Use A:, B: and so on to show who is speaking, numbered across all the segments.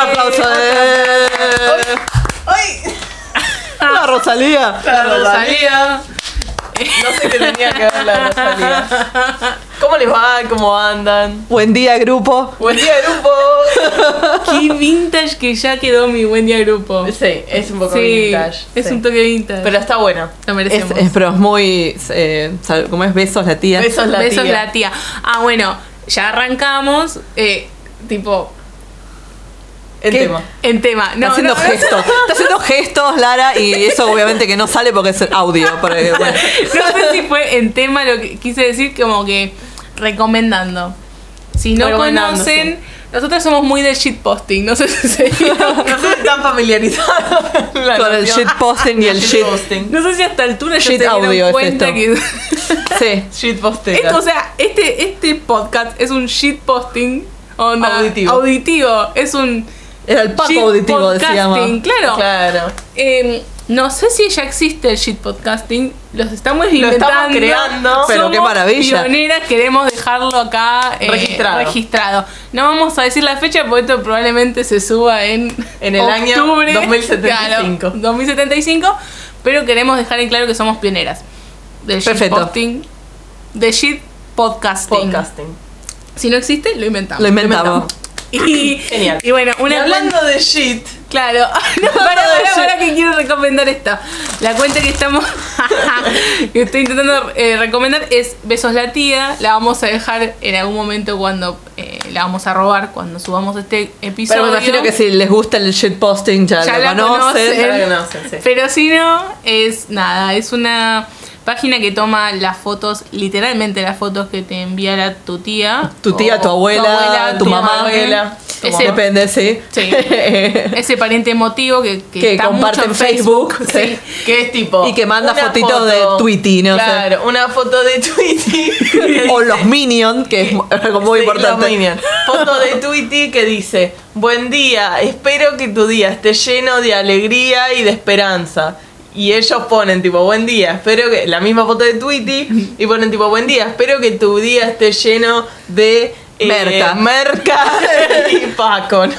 A: aplauso. eh.
B: ¡Ay!
A: La Rosalía.
B: La Rosalía.
C: Rosalía.
B: No sé qué tenía que ver la Rosalía. ¿Cómo les va? ¿Cómo andan?
A: Buen día, grupo.
B: Buen día, grupo.
C: Qué vintage que ya quedó mi buen día grupo.
B: Sí, es un poco
C: Sí,
B: vintage.
C: es
B: sí.
C: un toque vintage.
B: Pero está bueno.
C: lo
A: Es,
C: merecemos.
A: es- pero es muy. Eh, sal- ¿Cómo es? Besos la tía.
B: Besos la
C: Besos
B: tía.
C: la tía. Ah, bueno, ya arrancamos. eh, tipo,
B: El
A: ¿Qué?
B: tema.
C: en tema.
A: Está
C: No,
A: haciendo
C: no,
A: gestos. Está haciendo gestos, Lara, y eso obviamente que no sale porque es audio. porque, bueno.
C: no sé si fue en tema lo que quise decir, como que recomendando. Si no
B: Recomendando,
C: conocen, nosotros somos muy del shitposting, no sé si se
B: No sé si están familiarizados
A: Con el shitposting y el shit.
B: Shitposting.
C: No sé si a esta altura ya
A: Shit
C: se
A: audio
C: dieron
A: es
C: cuenta
A: esto.
C: que...
A: Sí.
B: Shitpostera.
C: Esto, o sea, este, este podcast es un shitposting onda,
B: Auditivo.
C: auditivo. Es un
A: Era el Paco
C: shit
A: auditivo, decíamos.
C: podcasting, Claro.
B: Claro.
C: Eh, no sé si ya existe el shitpodcasting. Los estamos
B: estamos
C: inventando.
B: creando.
A: Pero qué
C: Somos
A: maravilla.
C: Pioneras, queremos dejarlo acá eh,
B: Registrado.
C: registrado. No vamos a decir la fecha porque esto probablemente se suba en,
B: En el año
C: octubre.
B: 2075.
C: Claro, 2075. Pero queremos dejar en claro que somos pioneras. Del
A: Perfecto.
C: shitposting. De shit podcasting.
B: Podcasting.
C: Si no existe, lo inventamos.
A: Lo inventamos.
C: Y,
B: Genial.
C: y bueno, una
B: y hablando de shit.
C: Claro. No, para,
B: de
C: para,
B: eso.
C: para que quiero recomendar esta. La cuenta que estamos. que estoy intentando eh, recomendar es Besos la tía. La vamos a dejar en algún momento cuando eh, la vamos a robar, cuando subamos este episodio.
A: Pero me imagino que si les gusta el shitposting ya,
C: Ya
A: lo
C: la
A: conocen.
C: conocen.
B: Ya la conocen, sí.
C: Pero si no, es nada, es una página que toma las fotos, literalmente las fotos que te envía la- tu tía.
A: Tu tía,
C: o
A: tu abuela, tu mamá.
B: abuela,
C: tu mamá.
A: Depende, sí.
C: Sí. Ese pariente emotivo que, que,
A: que
C: está mucho
A: comparten
C: en
A: Facebook.
C: Sí.
B: Que es tipo.
A: Y que manda
B: una
A: fotitos
B: foto-
A: de Tweety, no sé.
B: Claro, una foto de Tweety. que
A: O
B: dice-
A: los Minions, que es mu- algo muy
B: Sí,
A: importante.
B: los Minions. Foto de Tweety que dice: Buen día, espero que tu día esté lleno de alegría y de esperanza. Y ellos ponen tipo, buen día, espero que. La misma foto de Tweety. Y ponen tipo, buen día, espero que tu día esté lleno de. eh,
A: Merca.
B: merca y Paco, ¿no?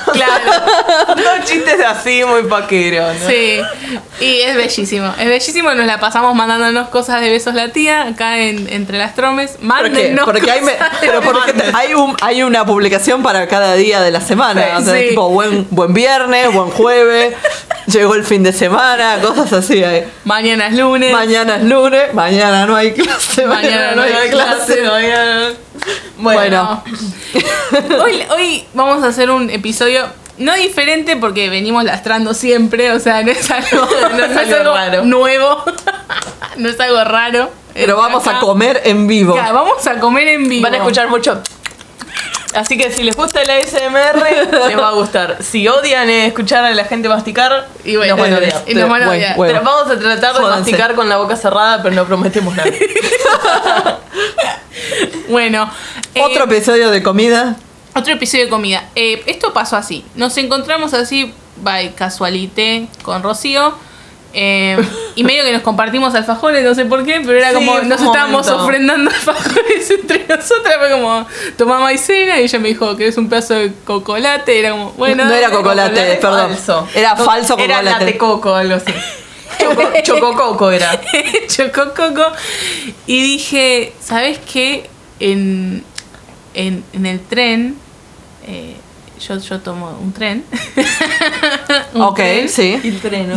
B: Dos chistes así muy paqueros, ¿no?
C: Sí, y es bellísimo. Es bellísimo, nos la pasamos mandándonos cosas de besos la tía acá en, entre las tromes.
A: ¿Por qué?
C: Mándennos
A: Porque hay, me-
C: cosas de-
A: pero porque te- hay, un, hay una publicación para cada día de la semana.
C: Sí,
A: o sea,
C: sí.
A: tipo buen, buen viernes, buen jueves, llegó el fin de semana, cosas así. hay.
C: Mañana es lunes.
A: Mañana es lunes, mañana no hay clase, mañana, no hay, clase.
B: no hay clase. Bueno,
A: Bueno.
C: hoy, hoy vamos a hacer un episodio no diferente porque venimos lastrando siempre, o sea, no es algo, no es
B: algo
C: algo
B: raro.
C: nuevo, no es algo raro.
A: Pero vamos a
C: Acá-
A: comer en vivo.
C: Claro, vamos a comer en vivo.
B: van a escuchar mucho. Así que si les gusta el ASMR, les va a gustar. Si odian eh, escuchar a la gente masticar,
C: y bueno,
B: nos van a odiar.
C: y nos van a
A: Buen
C: odiar.
A: huevo.
B: Pero vamos a tratar de
A: Jódanse.
B: masticar con la boca cerrada, pero no prometemos nada.
C: Bueno, eh,
A: Otro episodio de comida.
C: Otro episodio de comida. Eh, esto pasó así. Nos encontramos así, by casualité, con Rocío. eh, y medio que nos compartimos alfajores, no sé por qué, pero era
B: Sí,
C: como
B: fue un
C: nos estábamos
B: momento.
C: ofrendando alfajores entre nosotras. Fue como, tomá maicena y ella me dijo que es un pedazo de cocolate. Era como, bueno.
A: no era
C: dale.
A: cocolate,
B: Chocolate
A: perdón.
B: falso.
A: Era falso
B: Era
A: cocolate.
B: latte coco, algo así. Choco-
C: Oh,
B: Chocococo era.
C: Chocó coco. Y dije, ¿sabes qué? En, en, en el tren, eh, yo, yo tomo un tren. Un
A: ok,
C: tren.
A: sí.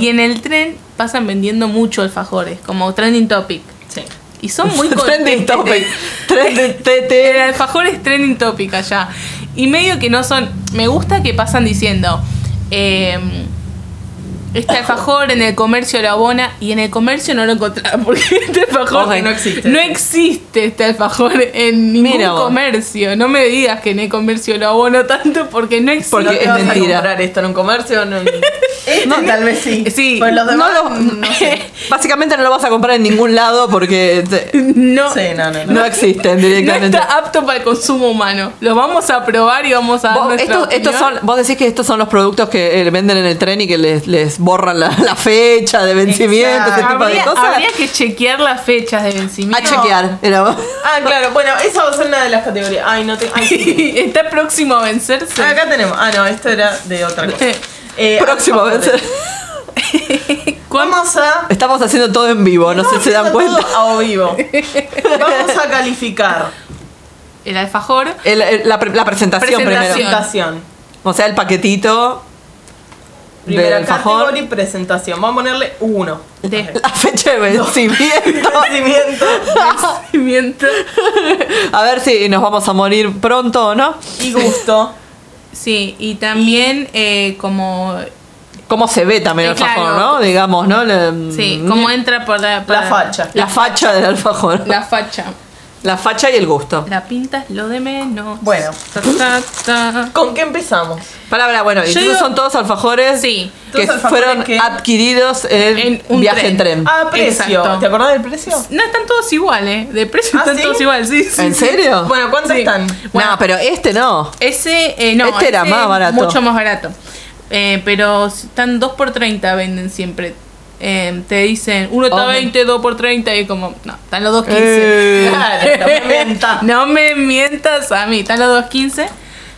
C: Y en el tren pasan vendiendo mucho alfajores, como trending topic.
B: Sí.
C: Y son muy
A: Trending
C: contentos.
A: topic. Trending
C: El
A: tete.
C: alfajor es trending topic allá. Y medio que no son. Me gusta que pasan diciendo. eh, este alfajor en el comercio lo abona y en el comercio no lo encontraba porque este alfajor
A: Ok.
B: No existe.
C: No existe este alfajor en ningún
A: Mira vos.
C: comercio. No me digas que en el comercio lo abono tanto porque no existe.
A: Porque
B: ¿No te
A: es
B: vas
A: mentira.
B: a comprar esto en un comercio? No, tal vez
C: Sí.
B: Pues los demás,
A: No lo- Básicamente no lo vas a comprar en ningún lado porque te-
C: No,
B: Sí, no, no, no.
A: no existen
C: no
A: directamente.
C: está apto para el consumo humano. Lo vamos a probar y vamos a dar
A: Vos,
C: nuestra
A: estos, estos
C: opinión.
A: son, vos decís que estos son los productos que eh, venden en el tren y que les, les borran la, la fecha de vencimiento, ese tipo de
C: Habría,
A: cosas.
C: habría que chequear las fechas de
A: A
C: vencimiento.
A: chequear. Era...
B: Ah, claro, bueno, esa va a ser una de las categorías. Ay, no te. ay, sí.
C: Está próximo a vencerse.
B: Ah, Acá tenemos. Ah, no, esto era de otra cosa. Eh,
A: Próximo
B: vamos a-
A: vencer.
B: Vamos a.
A: Estamos haciendo todo en vivo, no sé si se dan
B: Vamos a
A: cuenta.
B: hacer todo A vivo. Vamos a calificar.
C: El alfajor.
A: El- el- la, pre- la presentación, primero.
C: Presentación.
B: Presentación.
A: O sea, el paquetito
B: Primera
A: del alfajor.
B: categoría, presentación. Vamos a ponerle uno.
C: De-
A: La fecha de vencimiento.
B: Conocimiento.
C: Vencimiento.
A: a ver si nos vamos a morir pronto o no.
B: y gusto.
C: Sí, y también eh, como
A: Cómo se ve también el
C: Eh, claro.
A: alfajor, ¿no? Digamos, ¿no? Le-
C: Sí,
A: mm,
C: cómo entra por la, por
B: La facha.
A: La facha del alfajor. La,
C: La facha.
A: facha y el gusto.
C: La pinta es lo de menos.
B: Bueno.
C: Ta, ta, ta.
B: ¿Con qué empezamos?
A: Palabra, bueno, y
C: digo-
A: son todos alfajores
C: Sí,
A: que
B: todos alfajores
A: fueron
B: que-
A: adquiridos en,
C: En un
A: viaje en
C: tren.
A: tren.
B: Ah, precio.
C: Exacto.
B: ¿Te acordás del precio?
C: No, están todos iguales. eh. De precio
B: ¿Ah,
C: están
B: sí?
C: todos iguales. Sí, sí,
A: ¿En
C: sí.
A: serio?
B: Bueno, ¿cuántos
C: Sí.
B: están?
C: bueno.
A: no, pero este no.
C: Ese, eh, no.
A: Este era
C: ese
A: más
C: es
A: barato.
C: Mucho más barato. Eh, pero si están 2 por 30 venden siempre. Eh, te dicen 1 está
A: Oh.
C: 20, 2 por 30 y como, no, están los 2.15.
A: Eh.
B: Claro, no me mientas.
C: no me mientas a mí, están los 2.15.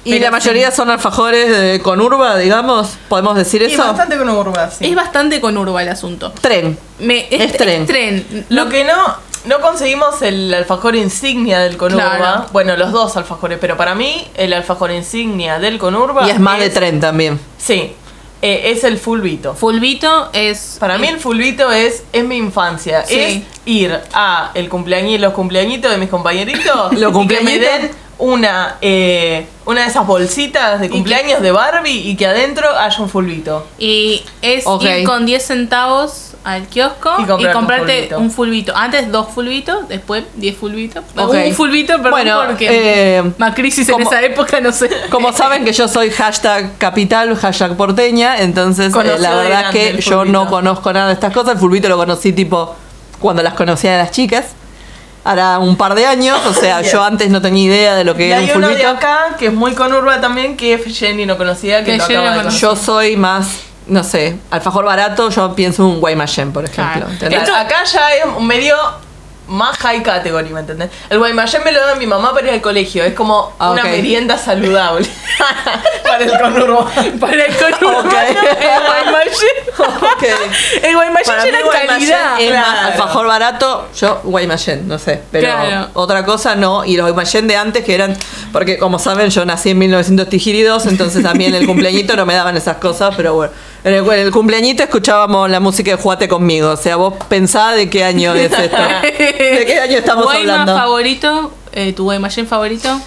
A: Y
C: pero
A: la mayoría son alfajores de- con urba, digamos, podemos decir
B: Y
A: eso.
B: bastante con urba, sí.
C: Es bastante con Urba el asunto.
A: Tren.
C: Me, es,
A: Es tren.
C: es tren.
B: Lo que no, no conseguimos el alfajor insignia del Conurba.
C: Claro.
B: Bueno, los dos alfajores, pero para mí el alfajor insignia del Conurba.
A: Y es más de tren también.
B: Sí, eh, es el fulbito.
C: Fulvito es.
B: Para mí el fulbito es, es mi infancia.
C: Sí.
B: Es ir a el cumpleañi- los cumpleañitos de mis compañeritos
A: Los
B: y que me
A: cumpleañitos.
B: den una, eh, una de esas bolsitas de cumpleaños de Barbie y que adentro haya un fulbito.
C: Y es
A: Ok.
C: ir con 10 centavos al kiosco
B: Y
C: y,
B: comprar un
C: comprarte
B: fulbito.
C: un fulbito. Antes dos fulbitos, después 10 fulbitos.
A: Ok.
C: Un fulbito, perdón,
A: Bueno,
C: porque
A: eh,
C: más crisis en
A: como-
C: esa época, no sé.
A: Como saben que yo soy hashtag capital, hashtag porteña, entonces eh, la
B: Conoció de
A: verdad
B: grande
A: que
B: el
A: yo no
B: fulbito.
A: conozco nada de estas cosas. El fulbito lo conocí tipo cuando las conocía de las chicas. Hará un par de años, o sea,
B: Bien.
A: yo antes no tenía idea de lo que
B: Y
A: era un
B: hay uno de
A: fulbito.
B: acá que es muy conurba también, que es Jenny no conocía, que,
C: Que
B: lo
C: Jenny
B: acaba
C: no
B: de conocer.
C: conocía.
A: Yo soy más, no sé, alfajor barato, yo pienso un Guaymallén, por ejemplo.
C: Claro.
A: ¿entendés?
B: Esto acá ya es un medio más high category, ¿me entendés? El Guaymallén me lo da mi mamá para ir al colegio. Es como
A: Ah,
B: una
A: ok.
B: merienda saludable para el conurbano.
C: Para el conurbano,
A: Ok.
C: el Guaymallén.
A: Ok.
C: El
A: Para
C: Guaymallén
A: mí
C: era
A: Guaymallén
C: calidad.
A: es más
B: claro.
A: alfajor barato, yo Guaymallén, no sé, pero
C: Claro.
A: otra cosa no. Y los Guaymallén de antes que eran, porque como saben yo nací en 1922, entonces a mí en el cumpleañito no me daban esas cosas, pero bueno. En el, en el cumpleañito escuchábamos la música de Juate conmigo, o sea, vos pensá de qué año es esto. ¿De qué año estamos
C: Guayma
A: hablando?
C: favorito, eh, tu Guaymallén favorito.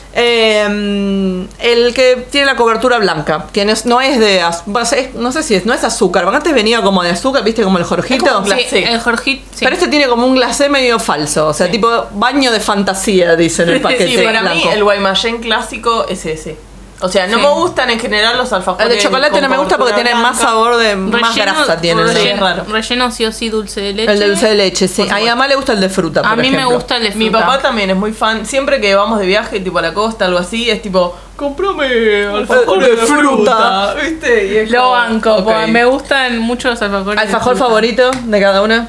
A: Eh, el que tiene la cobertura blanca, que no es, no es de az- va a ser- no sé si es, no es azúcar, porque antes venía como de azúcar, viste, como el Jorgito.
B: como un gla-
C: Sí,
B: Sí.
C: el Jorgito. sí.
A: Pero este tiene como un glacé medio falso, o sea, tipo baño de fantasía, dicen el paquete
B: Sí, para mí
A: blanco.
B: el Guaymallén clásico es ese. O sea, no
C: Sí.
B: me gustan en general los alfajores.
A: El de chocolate
B: con
A: no me gusta porque
B: cobertura
A: tiene más
B: blanca.
A: sabor de más
C: Relleno-
A: grasa tiene. ¿no?
B: Sí, es
C: Relleno,
B: raro.
C: relleno sí o sí dulce de leche.
A: El de dulce de leche, sí. A mi mamá le gusta el de fruta, por
C: A mí me
A: ejemplo.
C: gusta el de
B: Mi
C: fruta.
B: papá también es muy fan. Siempre que vamos de viaje, tipo a la costa, algo así, es tipo, comprame alfajores
A: de
B: de fruta. ¿Viste? Y es
C: Lo
B: como,
C: banco,
B: ok.
C: porque me gustan mucho los alfajores.
A: Alfajor
C: de fruta.
A: favorito de cada una.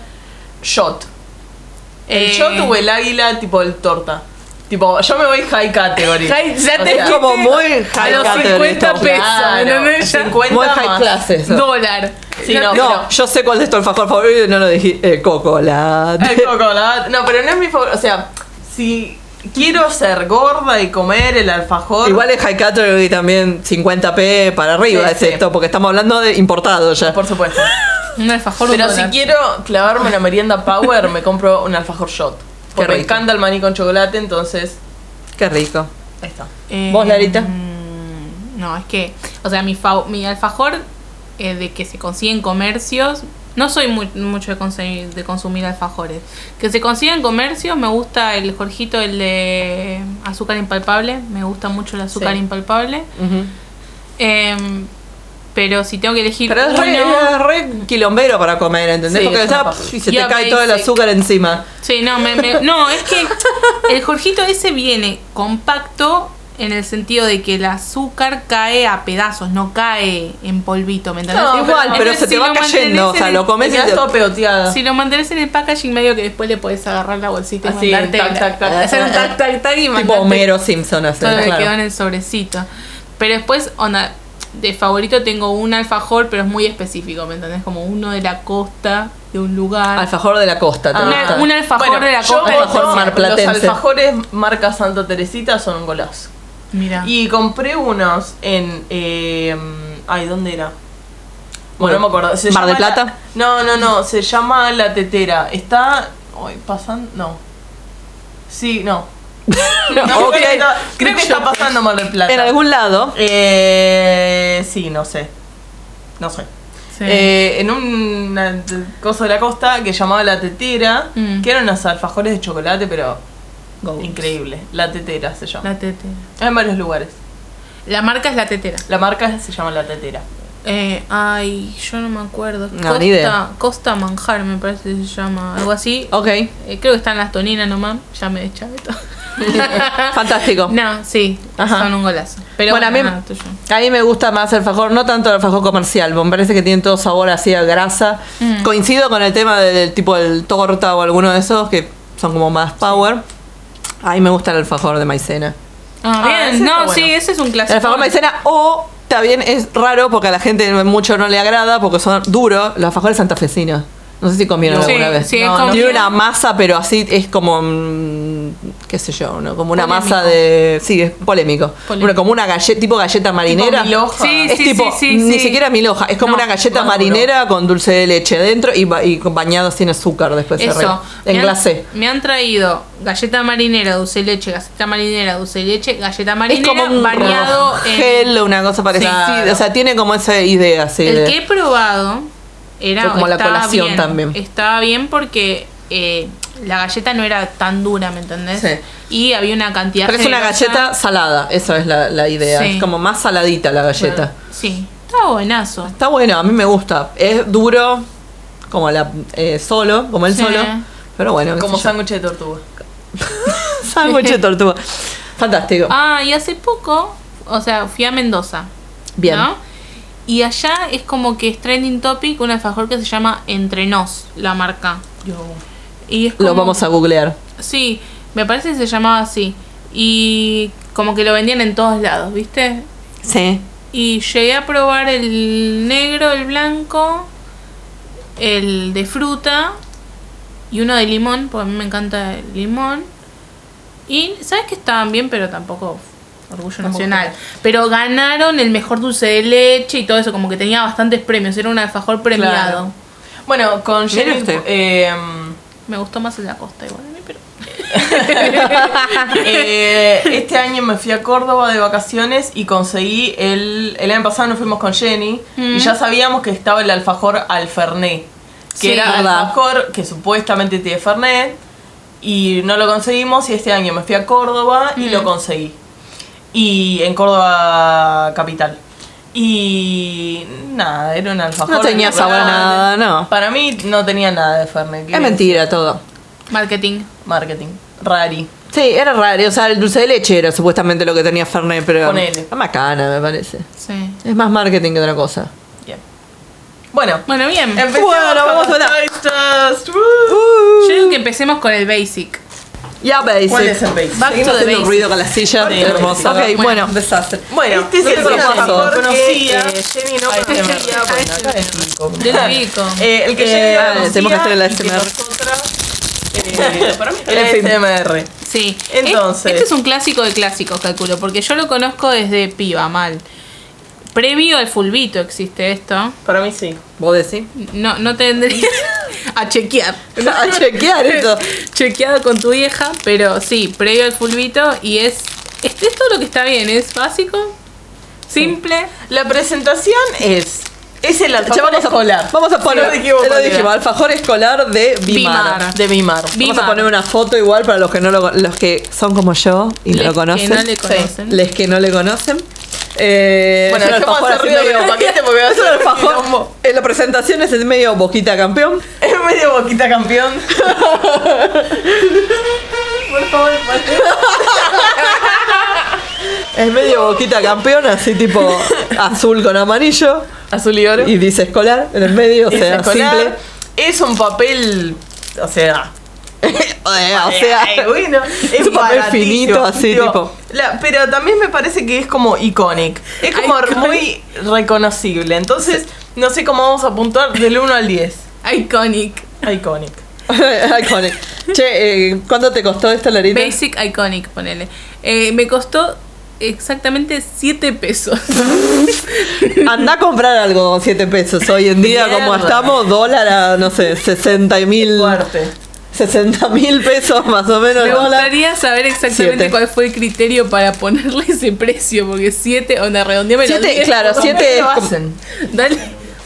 B: Shot. El
C: Eh,
B: shot o el águila, tipo el torta. Tipo, yo me voy high category.
C: High- ya
B: O
C: te
B: sea,
A: Es como muy
C: A
A: high
C: los
A: category
C: 50
A: esto.
C: pesos,
B: Claro,
C: ¿entendés? Ya-
B: 50
A: Muy high
B: más.
A: class eso.
C: Dólar.
B: Sí,
C: Ya-
B: no,
A: No, yo sé cuál es tu alfajor favorito y no lo dije. Eh,
B: El
A: cocolate.
B: chocolate. No, pero no es mi favorito. O sea, si quiero ser gorda y comer el alfajor.
A: Igual es high category también 50p para arriba
B: Sí,
A: es
B: sí.
A: esto, porque estamos hablando de importado ya.
B: Por supuesto.
C: Un alfajor
B: Pero
C: dólar.
B: si quiero clavarme una merienda power, me compro un alfajor shot. Porque me
A: rico.
B: encanta el maní con chocolate, entonces.
A: Qué rico.
B: Ahí está.
C: Eh,
A: ¿Vos, Larita?
C: mm, No, es que, o sea, mi, fa- mi alfajor eh, de que se consigue en comercios, no soy muy, mucho de, consumir, de consumir alfajores. Que se consigue en comercios, me gusta el Jorgito, el de azúcar impalpable, me gusta mucho el azúcar
B: Sí.
C: impalpable. Em, pero si tengo que elegir
A: Pero es re,
C: uno-
A: es re quilombero para comer, ¿entendés?
B: Sí,
A: Porque
B: es
A: está,
B: una
A: pf, y se
C: Y
A: te
C: a
A: cae todo el
C: basic.
A: azúcar encima.
C: Sí, no, me- me- no, es que el Jorgito ese viene compacto en el sentido de que el azúcar cae a pedazos, no cae en polvito, ¿me entendés?
B: No,
A: Igual, pero,
C: Entonces,
A: se te
C: si
A: va
C: lo
A: cayendo, o
C: mantenés
A: sea,
C: en
A: lo
B: Me
A: comes y
B: quedas
A: te...
B: toda pegoteada.
C: el- Si lo mantenés en el packaging, medio que después le podés agarrar la bolsita y
B: Así,
C: mandarte
B: tac, tac, tac.
C: hacer un tac, tac, tac y
A: Tipo
C: mandarte
A: Homero Simpson, hace,
C: todo lo que
A: claro.
C: quedó en el sobrecito. Pero después, onda, de favorito tengo un alfajor, pero es muy específico, ¿me entendés? Como uno de la costa, de un lugar.
A: Alfajor de la costa, ¿te
B: Ah.
A: gusta?
C: Una- un alfajor
B: Bueno,
C: de la
B: yo
C: costa.
A: Alfajor
B: voto
A: marplatense.
B: Los alfajores marca Santa Teresita son un golazo.
C: Mira.
B: Y compré unos en. eh, ay, ¿dónde era?
A: Bueno,
B: Bueno, no me acuerdo. Se
A: ¿Mar del
B: llama la-
A: Plata?
B: no, no, no. Se llama La Tetera. Está. Ay, pasando. No. Sí, no. No,
A: Ok.
B: creo, que no- creo que está pasando Mar del Plata.
A: En algún lado,
B: Eh, sí, no sé. No sé.
C: Sí.
B: Eh, en una t- cosa de la costa que llamaba La Tetera,
C: Mm.
B: que eran unos alfajores de chocolate, pero increíble. La Tetera se llama.
C: La tetera.
B: Hay en varios lugares.
C: La marca es la tetera.
B: La marca se llama La Tetera.
C: Eh, ay, yo no me acuerdo.
A: No,
C: Costa,
A: ni idea.
C: Costa Manjar, me parece que se llama. Algo así.
A: ok,
C: Eh, creo que están las toninas nomás. Ya me echa de todo.
A: fantástico.
C: no, sí.
A: Ajá.
C: Son un golazo. Pero bueno,
A: Bueno, a mí-
C: nada, tuyo.
A: A mí me gusta más el alfajor, no tanto el alfajor comercial, porque me parece que tiene todo sabor así a grasa.
C: Mm.
A: Coincido con el tema del tipo el torta o alguno de esos que son como más power. A mí me gusta el alfajor de maicena.
C: Ah,
B: Ah,
C: bien.
B: ese está
C: no,
B: bueno.
C: sí, ese es un
A: El
C: clásico.
A: alfajor de maicena o también es raro porque a la gente mucho no le agrada porque son duros los alfajores santafesinos. No sé si comieron
C: Sí,
A: alguna vez.
C: sí, es
B: No, no.
C: como-
A: Tiene una masa, pero así es como, mm, qué sé yo, ¿no? como una
C: Polémico.
A: masa de... Sí, es polémico.
C: Polémico.
A: Bueno, como una galleta, tipo galleta marinera.
B: Tipo Milhoja.
C: Sí,
A: es tipo,
C: sí,
A: ni
C: sí.
A: siquiera mil hojas, es como
C: No,
A: una galleta
B: maduro.
A: marinera con dulce de leche dentro y, ba- y con- bañado sin azúcar después. arriba.
C: Eso.
A: En
C: Me han-
A: glacé.
C: Me han traído galleta marinera, dulce de leche, galleta marinera, dulce de leche, galleta
A: Es
C: marinera,
A: como un
C: bañado en-
A: gel o una cosa parecida.
B: Claro.
A: Sí, O sea, tiene como esa idea, sí.
C: El
A: de-
C: que he probado era
A: Fue como la
C: estaba
A: colación
C: bien,
A: también.
C: Estaba bien porque eh, la galleta no era tan dura, ¿me entendés?
A: Sí.
C: Y había una cantidad
A: Pero es una
C: generosa-
A: galleta salada, esa es la, la idea.
C: Eh, Sí.
A: Es como más saladita la galleta.
C: Sí, estaba buenazo.
A: Está bueno, a mí me gusta. Es duro, como la eh, solo, como el
C: Sí.
A: solo. Pero bueno, qué
B: Como
A: sé yo.
B: sándwich de tortuga.
A: sándwich de tortuga. Fantástico.
C: Ah, y hace poco, o sea, fui a Mendoza.
A: Bien.
C: ¿no? Y allá es como que es trending topic un alfajor que se llama Entre Nos, la marca. Y es
A: Lo
C: como-
A: vamos a googlear.
C: Sí, me parece que se llamaba así. Y como que lo vendían en todos lados, ¿viste?
A: Sí.
C: Y llegué a probar el negro, el blanco, el de fruta y uno de limón, porque a mí me encanta el limón. Y sabes que estaban bien, pero tampoco orgullo nacional. Pero ganaron el mejor dulce de leche y todo eso, como que tenía bastantes premios, era un alfajor premiado.
B: Claro. Bueno, con
A: Mire
B: Jenny.
A: usted.
B: eh,
C: Me gustó más el de la costa igual a mí, pero...
B: eh, este año me fui a Córdoba de vacaciones y conseguí el. El año pasado nos fuimos con Jenny
C: Mm.
B: y ya sabíamos que estaba el alfajor al Fernet. Que
C: Sí,
B: era
A: verdad.
B: alfajor que supuestamente tiene Fernet y no lo conseguimos. Y este año me fui a Córdoba y
C: Mm.
B: lo conseguí. Y en Córdoba capital. Y nada, era un alfajor.
A: No tenía sabor a nada, no.
B: Para mí no tenía nada de Fernet. ¿qué
A: Es mentira todo.
C: Marketing.
B: Marketing. Rari.
A: Sí, era raro. O sea, el dulce de leche era supuestamente lo que tenía Fernet, pero.
B: Ponele.
A: Una macana, me parece.
C: Sí.
A: Es más marketing que otra cosa.
B: Bien. Bueno,
C: Bueno, bien.
B: empecemos
A: Bueno,
B: con
A: vamos
B: los
A: a Uh, la-
B: toastas.
C: Yo digo que empecemos con el basic.
A: Ya basic.
B: ¿Cuál es el basic?
C: Back to
A: Seguimos
C: the
A: haciendo
C: basic.
A: ruido con la silla.
B: Sí,
A: hermosa.
B: sí, sí.
A: Ok, bueno.
B: desastre. Bueno,
A: Este es
B: no
A: el
B: te conocía,
A: famoso.
B: no conocía. Jenny no
C: Ay,
B: conocía.
C: Jenny.
B: Bueno, acá es pico.
C: Del pico.
B: Eh, el que
A: Eh,
B: Jenny no
A: ah,
B: conocía
A: tenemos que hacer el
B: y que
A: ASMR.
B: nosotras, eh, para mí el
A: En fin.
B: ASMR.
C: Sí.
B: Entonces.
C: Este es un clásico de clásicos, calculo, porque yo lo conozco desde piba, mal. Previo al fulbito existe esto.
B: Para mí sí.
A: ¿Vos decís?
C: No, no tendría a chequear.
A: No, a chequear esto.
C: Chequeado con tu vieja, pero sí, previo al fulbito y es. Es, es todo lo que está bien, es básico, simple.
B: La presentación es. Es el
A: Ya
B: alfajor
A: vamos a
B: escolar.
A: Vamos a
B: Si
A: poner.
B: no me equivoco,
A: ya lo
B: era.
A: dijimos, alfajor escolar de Bimar.
C: Bimar.
B: De Bimar.
A: Vamos a
C: Bimar.
A: poner una foto igual para los que no lo, los que son como yo y no
C: Les
A: lo conocen.
C: Que no le
A: Sí.
C: conocen.
A: Les que no le conocen. Eh,
B: Bueno,
A: es un
B: dejemos
A: alfajor
B: hacer
A: así
B: ruido con el paquete porque va a
A: es un
B: ser un
A: alfajor.
B: quilombo.
A: En la presentación es el medio boquita campeón.
B: Es medio boquita campeón. Por favor, pase.
A: Es medio boquita campeona, así tipo azul con amarillo.
B: Azul y oro.
A: Y dice escolar en el medio, o
B: Es
A: sea,
B: escolar,
A: simple.
B: Es un papel. O sea.
A: Eh, o
B: eh,
A: sea,
B: eh, bueno, es
A: un papel
B: baratísimo.
A: finito, así, tipo.
B: la- pero también me parece que es como iconic. Es como
C: Iconic.
B: muy reconocible. Entonces, no sé cómo vamos a puntuar del 1 al 10.
C: Iconic.
B: Iconic.
A: iconic. Che, eh, ¿cuánto te costó esta larita?
C: Basic Iconic, ponele. Eh, me costó exactamente 7 pesos.
A: Anda a comprar algo con 7 pesos. Hoy en día, como
B: Mierda.
A: estamos, dólar a, no sé, 60 mil.
B: Fuerte.
A: 60 mil pesos más o menos.
C: Me
A: dólar.
C: gustaría saber exactamente
A: Siete.
C: cuál fue el criterio para ponerle ese precio, porque 7, onda, redondeame
A: Siete, claro,
B: ¿Cómo
A: siete
B: lo
A: es como-
B: hacen?
C: Dale,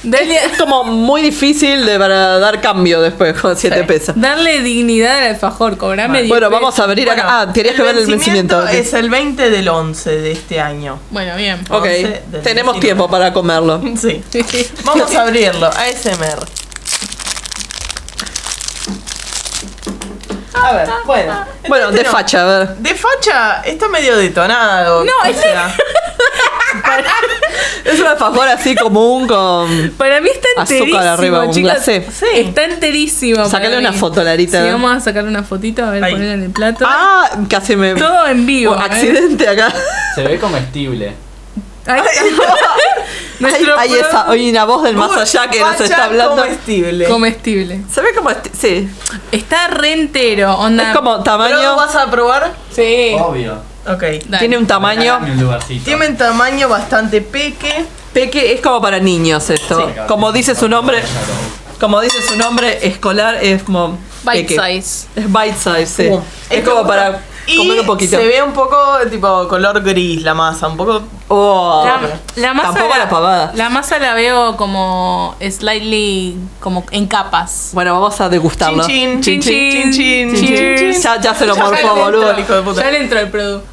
C: dale,
A: Es como muy difícil de, para dar cambio después con 7 pesos.
C: darle dignidad al alfajor, cobrame 10
A: Bueno, vamos
C: pesos.
A: a abrir
B: Bueno,
A: acá. Ah, tenías que ver el vencimiento. ok.
B: Es el 20 del 11 de este año.
C: Bueno, bien.
A: Ok,
B: once del
A: tenemos
B: 19.
A: tiempo para comerlo.
B: Sí. Vamos a abrirlo. ASMR. A ver, bueno.
A: Bueno,
B: Ah, Este
A: de
B: no.
A: facha, a ver.
B: De facha está medio detonado.
C: No,
B: o
C: este-
B: sea,
A: Es un alfajor así común con.
C: Para mí está
A: Azúcar
C: enterísimo,
A: arriba, un
C: chicas.
A: glacé.
B: Sí.
C: Está enterísimo. para
A: Sácale
C: mí.
A: una foto, Larita.
C: Sí, vamos a sacar una fotito, a ver,
B: Ahí.
C: ponerla en el plato.
A: Ah, casi me.
C: Todo en vivo.
A: Bueno,
C: ¿eh?
A: accidente acá.
D: Se ve comestible.
C: Ahí está.
A: Hay,
C: Nuestro
A: hay
C: pro-
A: esa, hay una voz del más
B: Uy,
A: allá que nos
B: facha
A: está hablando.
B: comestible.
C: comestible.
A: Se ve como. este- Sí.
C: Está re entero, onda.
A: Es como
B: ¿Pero
A: tamaño.
B: vas a probar?
C: Sí.
D: Obvio.
B: Ok.
C: Dale.
A: Tiene un tamaño.
D: Dame un lugarcito.
B: Tiene un tamaño bastante peque.
A: Peque es como para niños esto. Como dice su nombre. Como dice su nombre escolar, es como.
C: Bite
A: peque.
C: size.
A: Es bite size, sí.
B: Uh,
A: es como para
B: y
A: comer un poquito.
B: Se ve un poco tipo color gris la masa, un poco.
A: Oh.
C: La, la masa
A: Tampoco la pavada.
C: La masa la veo como slightly como en capas.
A: Bueno, vamos a degustarlo.
B: Chin,
C: Chin, chin,
B: chin,
C: chin,
B: chin,
C: chin.
B: chin.
A: Ya, ya se lo
B: Ya
A: morfó,
B: le entró
A: boludo.
B: el hijo de puta.
C: Ya le entró el producto.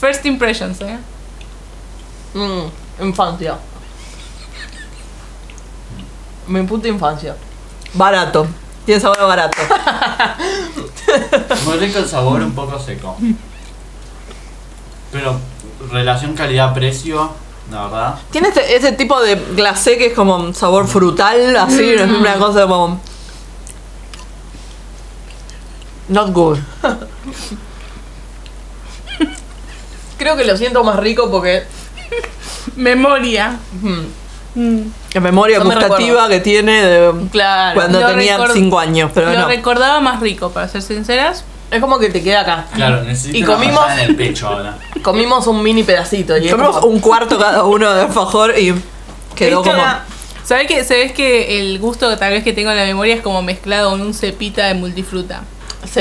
C: First impressions, ¿eh?
B: Mm, infancia. Mi puta infancia.
A: Barato. Tiene sabor a barato.
D: Muy rico el sabor, un poco seco. Pero relación calidad-precio, la verdad.
A: Tiene ese, ese tipo de glacé que es como un sabor frutal, así,
B: Mm.
A: es una cosa como. Not good.
B: Creo que lo siento más rico porque.
C: Memoria.
A: La memoria
B: Yo me
A: gustativa
B: recuerdo.
A: que tiene de
B: Claro.
A: cuando
C: Lo
A: tenía
C: recor-
A: 5 años, pero
C: Lo
A: no.
C: recordaba más rico, para ser sinceras.
B: Es como que te queda acá.
D: Claro, necesito
B: Y
D: una
B: comimos-
D: pasada en el pecho ahora.
B: Comimos un mini pedacito. Y es
A: Comimos
B: como-
A: un cuarto cada uno de alfajor y quedó
B: ¿Viste
A: como.
B: la-
C: ¿Sabes que, sabés que el gusto que tal vez que tengo en la memoria es como mezclado con un cepita de multifruta?
B: Sí,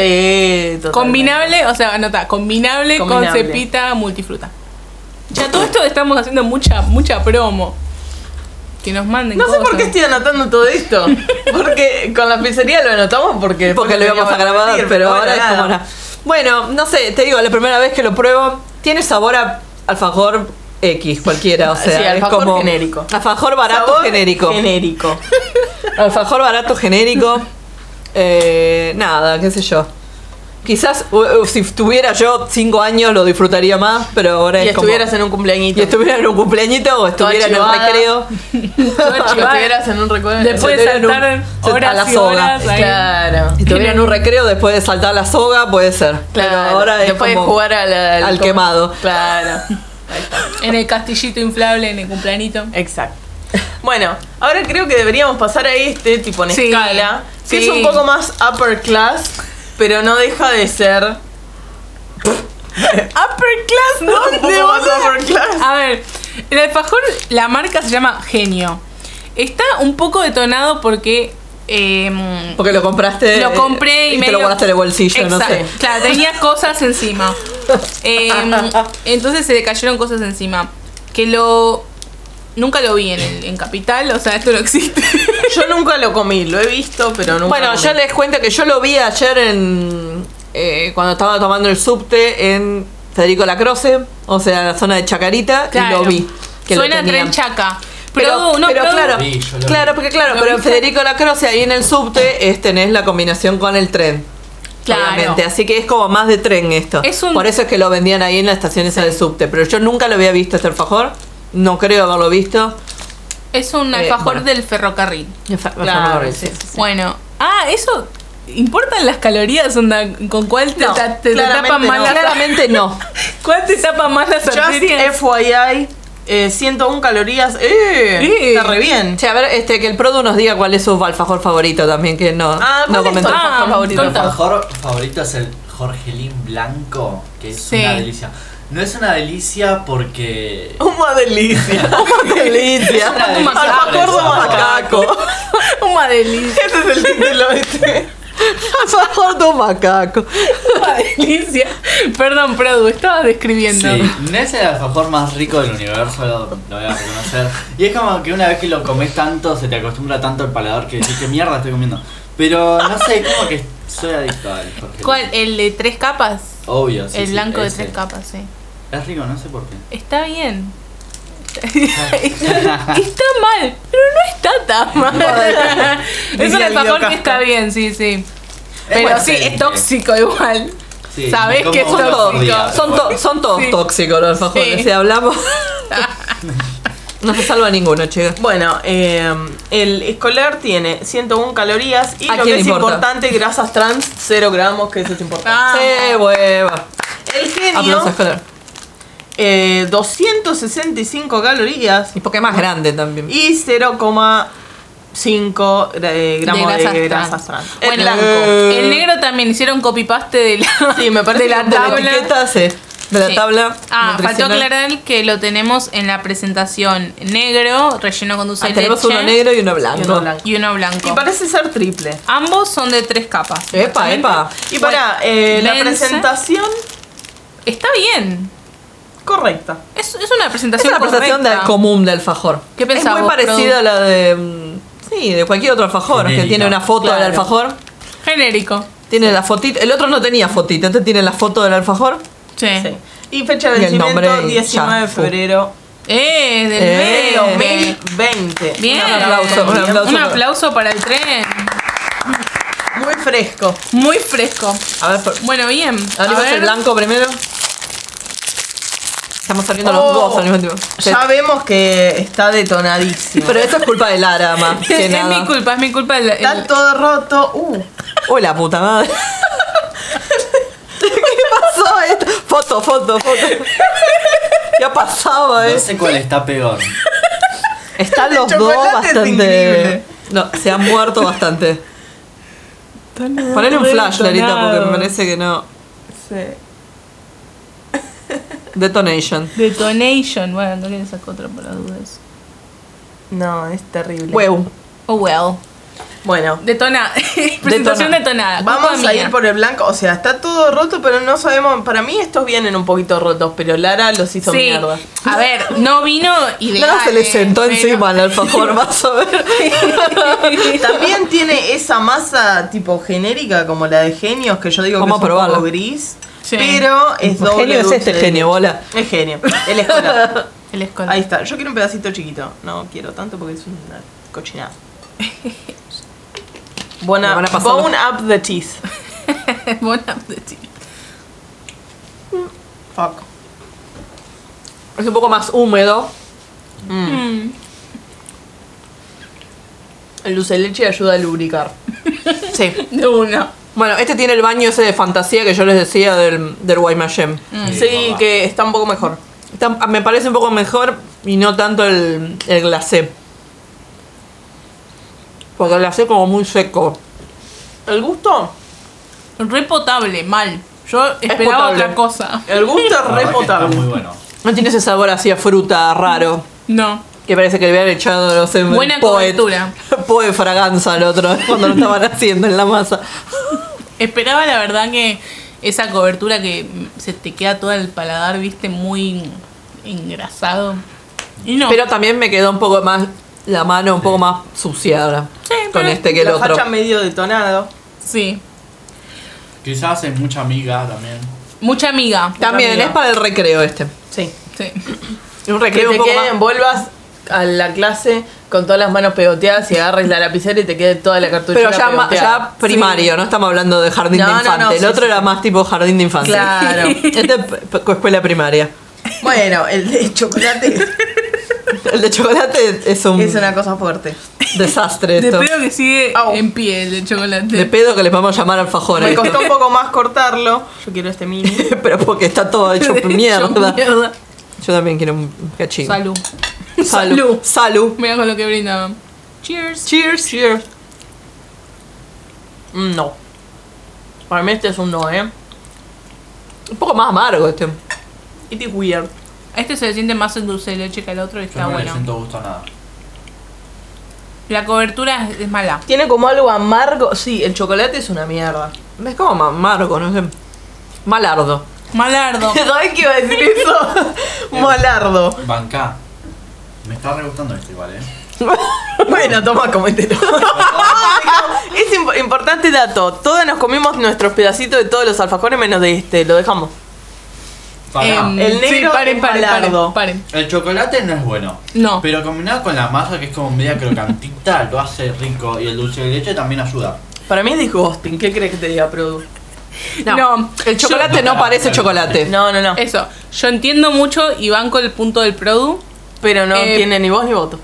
B: totalmente.
C: Combinable, o sea, anota, combinable,
B: Combinable.
C: con cepita multifruta. Ya todo esto estamos haciendo mucha, mucha promo. Que nos manden.
B: No sé por qué
C: cosas.
B: estoy anotando todo esto. Porque con la pizzería lo anotamos porque.
A: porque lo íbamos a grabar,
B: repetir,
A: pero
B: bueno,
A: ahora es
B: nada.
A: como una- Bueno, no sé, te digo, la primera vez que lo pruebo, tiene sabor a alfajor X, cualquiera, o sea,
B: Sí,
A: es
B: alfajor
A: como
B: genérico.
A: Alfajor barato
B: Sabor
A: genérico.
B: Genérico.
A: alfajor barato genérico. Eh, nada, qué sé yo. Quizás u- u- si tuviera yo cinco años lo disfrutaría más, pero ahora
B: Y
A: es como...
B: estuvieras en un cumpleañito.
A: y estuviera en un cumpleañito o estuviera en un
B: chivada.
A: recreo.
B: Si estuvieras en un recuerdo.
C: Después de
A: Se te viene
C: saltar
A: un-
C: horas
A: a la
C: y
A: soga.
C: horas ahí.
B: Claro.
A: Si estuviera en un recreo después de saltar la soga, puede ser. pero
B: Claro,
A: ahora es
B: Después
A: como...
B: de jugar al, al-
A: al quemado.
B: Claro,
C: En el castillito inflable, en el cumplanito.
B: exacto. Bueno, ahora creo que deberíamos pasar a este tipo en
C: Sí,
B: escala, que
C: sí.
B: es un poco más upper class, pero no deja de ser.
C: Upper class,
B: un poco más upper class.
C: A ver, el alfajor, la marca se llama Genio. Está un poco detonado porque. em,
A: Porque lo compraste.
C: Lo compré y,
A: me
C: medio-
A: te lo guardaste en el bolsillo, no
C: Exacto.
A: sé.
C: Claro, tenía cosas encima. Eh, entonces se le cayeron cosas encima. Que lo. Nunca lo vi en, el- en Capital, o sea, esto no existe.
B: Yo nunca lo comí, lo he visto, pero nunca.
A: Bueno,
B: comí.
A: yo les cuento que yo lo vi ayer en. eh, cuando estaba tomando el subte en Federico Lacroce, o sea, en la zona de Chacarita,
C: Claro.
A: y lo vi. Que lo
C: Suena
A: tenían.
C: tren chaca.
A: Pero,
C: Produ- no,
A: pero
C: produ-
A: claro,
D: Sí, yo lo vi.
A: claro, porque claro,
C: ¿Lo
A: pero en
C: viste?
A: Federico Lacroce ahí en el subte es, tenés la combinación con el tren.
C: Claro.
A: obviamente. Así que es como más de tren esto.
C: Es un-
A: Por eso es que lo vendían ahí en la estación esa de subte. Pero yo nunca lo había visto este alfajor. No creo haberlo visto.
C: Es un
A: Eh,
C: alfajor
A: bueno.
C: del ferrocarril.
A: Claro, sí, sí.
C: Bueno, ah, eso. ¿Importan las calorías? Onda, ¿Con cuál te,
B: No,
C: ta- te- te
B: claramente
C: tapan más
B: no.
C: las
A: Claramente no.
C: ¿Cuál te tapa más las
B: Just
C: arterias?
B: FYI, eh, 101 calorías. ¡Eh!
C: Eh.
B: Está re bien.
A: Che, a ver, este, que el Produ nos diga cuál es su alfajor favorito también, que no,
B: Ah, ¿cuál
A: no
B: es tu
A: comentó.
B: alfajor
C: Ah,
B: favorito?
D: Mi
C: contá.
D: alfajor favorito es el Jorgelín Blanco, que es
C: Sí.
D: una delicia. No es una delicia porque.
B: Una delicia.
A: Delicia.
D: una
C: un
D: delicia
C: macaco.
D: por el
B: Alfajor de
D: sabor.
A: Macaco.
C: Una delicia,
B: Ese es el título este.
A: Alfajor de un macaco.
C: una delicia. Perdón, Produ, estaba describiendo.
D: Sí, no es el alfajor más rico del universo, lo, lo voy a reconocer. Y es como que una vez que lo comes tanto, se te acostumbra tanto el paladar que decís que mierda estoy comiendo. Pero no sé, como que soy adicto al Jorgelín.
C: ¿Cuál? ¿El de tres capas?
D: Obvio, sí,
C: el
D: sí,
C: blanco de
D: ese.
C: tres capas, sí.
D: Es rico, no sé por qué.
C: Está bien. está mal, pero no está tan mal. es un
B: Diría
C: alfajor
B: Guido
C: que está
B: Casca.
C: bien, sí, sí. Pero
D: bueno,
C: sí,
D: sí,
C: es
D: sí.
C: tóxico igual.
D: Sí, me
C: Sabés
D: como
C: que es
D: uno por
C: tóxico.
D: día,
A: Son,
D: pero
A: to- son todos
C: Sí.
A: tóxicos los alfajores,
C: Sí.
A: si hablamos. No se salva ninguno, chicos.
B: Bueno, eh, el escolar tiene 101 calorías y
A: ¿A
B: lo
A: quién
B: que es
A: le importa?
B: importante, grasas trans, 0 gramos, que eso es importante.
C: Ah.
A: Se hueva.
B: El genio,
A: Aplausos escolar.
B: eh, 265 calorías
A: Y porque es más grande también.
B: y 0,5 gra- eh, gramos de grasas, trans. El
C: Bueno,
B: blanco.
C: el negro también hicieron copy-paste de la,
B: Sí, me parece
C: de la
B: que de la
C: tabla.
A: etiqueta, sí. De la
C: Sí.
A: tabla.
C: Ah, faltó
A: nutricional.
C: aclarar que lo tenemos en la presentación negro, relleno con dulce
A: Ah,
C: de
A: tenemos
C: leche,
A: uno negro y uno blanco.
B: Y uno blanco.
C: y uno blanco.
B: Y parece ser triple.
C: Ambos son de tres capas.
A: Epa, epa.
B: Y para eh, la
C: Densa.
B: presentación
C: Está bien.
B: correcta.
C: Es, es una
A: Es
C: presentación
A: una presentación
C: correcta.
A: del común del alfajor.
C: ¿Qué pensás
A: Es muy
C: vos,
A: parecida
C: Produ?
A: a la de. mm, Sí, de cualquier otro alfajor. Que
D: Genérica.
A: tiene una foto del
B: Claro.
A: alfajor.
C: Genérico.
A: Tiene la fotita. El otro no tenía fotita, entonces tiene la foto del alfajor.
C: Sí.
B: Sí. Y fecha de
A: Eh. Y el nombre
B: vencimiento,
A: y
B: 19 de
A: ya.
B: febrero
C: Eh, del
A: Eh,
C: medio.
B: 2020.
C: Bien.
A: Un aplauso, un aplauso.
C: Un aplauso para el tren.
B: Muy fresco.
C: Muy fresco.
A: A ver, por-
C: Bueno, bien. A
A: abrimos
C: ver.
A: el blanco primero. Estamos abriendo
B: Oh,
A: los dos al mismo tiempo. Sí.
B: Ya vemos que está detonadísimo.
A: Pero eso es culpa de Lara, más
C: Es,
A: que
C: es
A: nada.
C: mi culpa, es mi culpa. el- el-
B: Está todo roto. Uh,
A: Uy, la puta madre. ¿Qué pasó? Esto? Foto, foto, foto. Ya pasaba,
D: No
A: eh.
D: sé cuál está peor.
A: Están los dos
B: chocolate es
A: bastante.
B: increíble.
A: No, se han muerto bastante. Ponele un flash, Larita, porque me parece que no. Detonation.
C: Detonation. Bueno, no le saco otra para dudas.
B: No, es terrible.
A: Huevo.
C: Oh well.
B: Bueno,
C: Detona. Presentación detonada.
B: vamos
C: Culpa
B: a
C: mía.
B: ir por el blanco. O sea, está todo roto, pero no sabemos. Para mí estos vienen un poquito rotos, pero Lara los hizo
C: Sí.
B: mierda.
C: A ver, no vino eh, y
A: Lara se le sentó encima al alfajor, vas a ver.
B: También tiene esa masa tipo genérica como la de genios, que yo digo que
A: Vamos
B: es
A: a probarla.
B: un poco gris.
C: Sí.
B: Pero es doble.
A: genio es
B: dulce
A: este
B: de
A: genio,
B: leche.
A: bola.
B: Es genio. El escolar.
C: El escolar.
B: Ahí está. Yo quiero un pedacito chiquito. No quiero tanto porque es una cochinada.
A: Me
B: Buena,
A: van a pasar
B: bone up the teeth.
C: Buena apetito.
B: Fuck.
A: Es un poco más húmedo.
B: Mm.
C: Mm.
B: El dulce de leche ayuda a lubricar.
A: Sí.
C: De una.
A: Bueno, este tiene el baño ese de fantasía que yo les decía del, del Guaymallén.
C: Mm.
B: Sí,
D: papá.
B: que está un poco mejor.
A: Está- me parece un poco mejor y no tanto el, el glacé. Porque el glacé como muy seco.
B: El gusto,
C: Re potable, mal. Yo esperaba
A: potable.
C: otra cosa.
B: el gusto es
D: La verdad
B: re
D: que
B: potable.
D: Está muy bueno.
A: No tiene ese sabor así a fruta raro.
C: No.
A: Que parece que le habían echado, no sé,
C: Buena cobertura.
A: Poe fraganza al otro cuando lo estaban haciendo en la masa.
C: Esperaba la verdad que esa cobertura que se te queda todo el paladar, viste, muy engrasado. Y no.
A: Pero también me quedó un poco más la mano un poco más suciada
C: Sí,
A: con
C: pero
A: este que el
B: La
A: otro.
B: facha medio detonado.
C: sí.
D: Quizás hay mucha amiga también.
C: Mucha amiga.
A: También
B: Amiga.
A: es para el recreo este.
B: Sí.
C: Sí.
A: Un
B: Que
A: recreo un
B: te
A: poco
B: queden,
A: más-
B: vuelvas a la clase con todas las manos pegoteadas y agarres la lapicera y te quede toda la cartuchera
A: Pero ya, ma-
B: pegoteada.
A: ya primario, no estamos hablando de jardín
B: No,
A: de
B: no,
A: infante.
B: no,
A: el
B: sí,
A: otro
B: sí.
A: era más tipo jardín de infante.
B: Claro.
A: este es p- p- escuela primaria.
B: Bueno, el de chocolate
A: El de chocolate es un
B: es una cosa fuerte.
A: desastre
C: De
A: esto.
C: pedo que sigue
B: Au.
C: en pie el de chocolate.
A: De pedo que les vamos a llamar alfajores.
B: Me costó un poco más cortarlo. Yo quiero este mini.
A: Pero porque está todo hecho
C: De
A: mierda.
C: mierda.
A: Yo también quiero un cachín.
C: Salud.
A: Salud. Salud.
C: Mira con lo que brindaban. Cheers.
A: Cheers. Cheers.
B: Mm, No. Para mí este es un no, ¿eh?
A: Un poco más amargo este.
B: It is weird.
C: Este se le siente más en dulce de leche que el otro y
D: Yo
C: está
D: no le
C: bueno.
D: siento gusto a nada.
C: La cobertura es, es mala.
B: Tiene como algo amargo. Sí, el chocolate es una mierda.
A: Es como más amargo, no sé. Malardo.
C: Malardo.
B: ¿Sabes qué iba a decir eso? Molardo.
D: Banca. Me está re gustando este igual, eh.
B: Bueno, toma, comételo. es imp- importante dato. Todos nos comimos nuestros pedacitos de todos los alfajores menos de este. Lo dejamos.
D: Pará.
C: Em,
B: El negro
C: paren,
B: es
C: paren,
B: malardo.
C: paren, paren.
D: El chocolate no es bueno.
C: No.
D: Pero combinado con la masa que es como media crocantita, lo hace rico. Y el dulce de leche también ayuda.
B: Para mí es disgusting. ¿Qué crees que te diga, Produ?
A: No.
C: No.
A: El chocolate no parece chocolate.
B: No, no, no.
C: Eso. Yo entiendo mucho y banco el punto del produ.
B: Pero no
C: Eh,
B: tiene ni voz ni voto.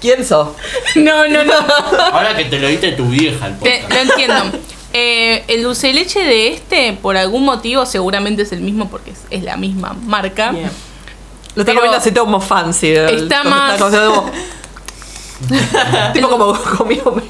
A: ¿Quién sos?
C: No, no, no.
D: Ahora que te lo diste tu vieja el
C: Te- lo
D: podcast.
C: entiendo. Eh, el dulce de leche de este, por algún motivo, seguramente es el mismo porque es, es la misma marca.
B: Bien.
A: Lo está
C: Pero-
A: comiendo así todo como fancy. el-
C: Está
A: como-
C: más-
A: comiendo como- tipo como comido.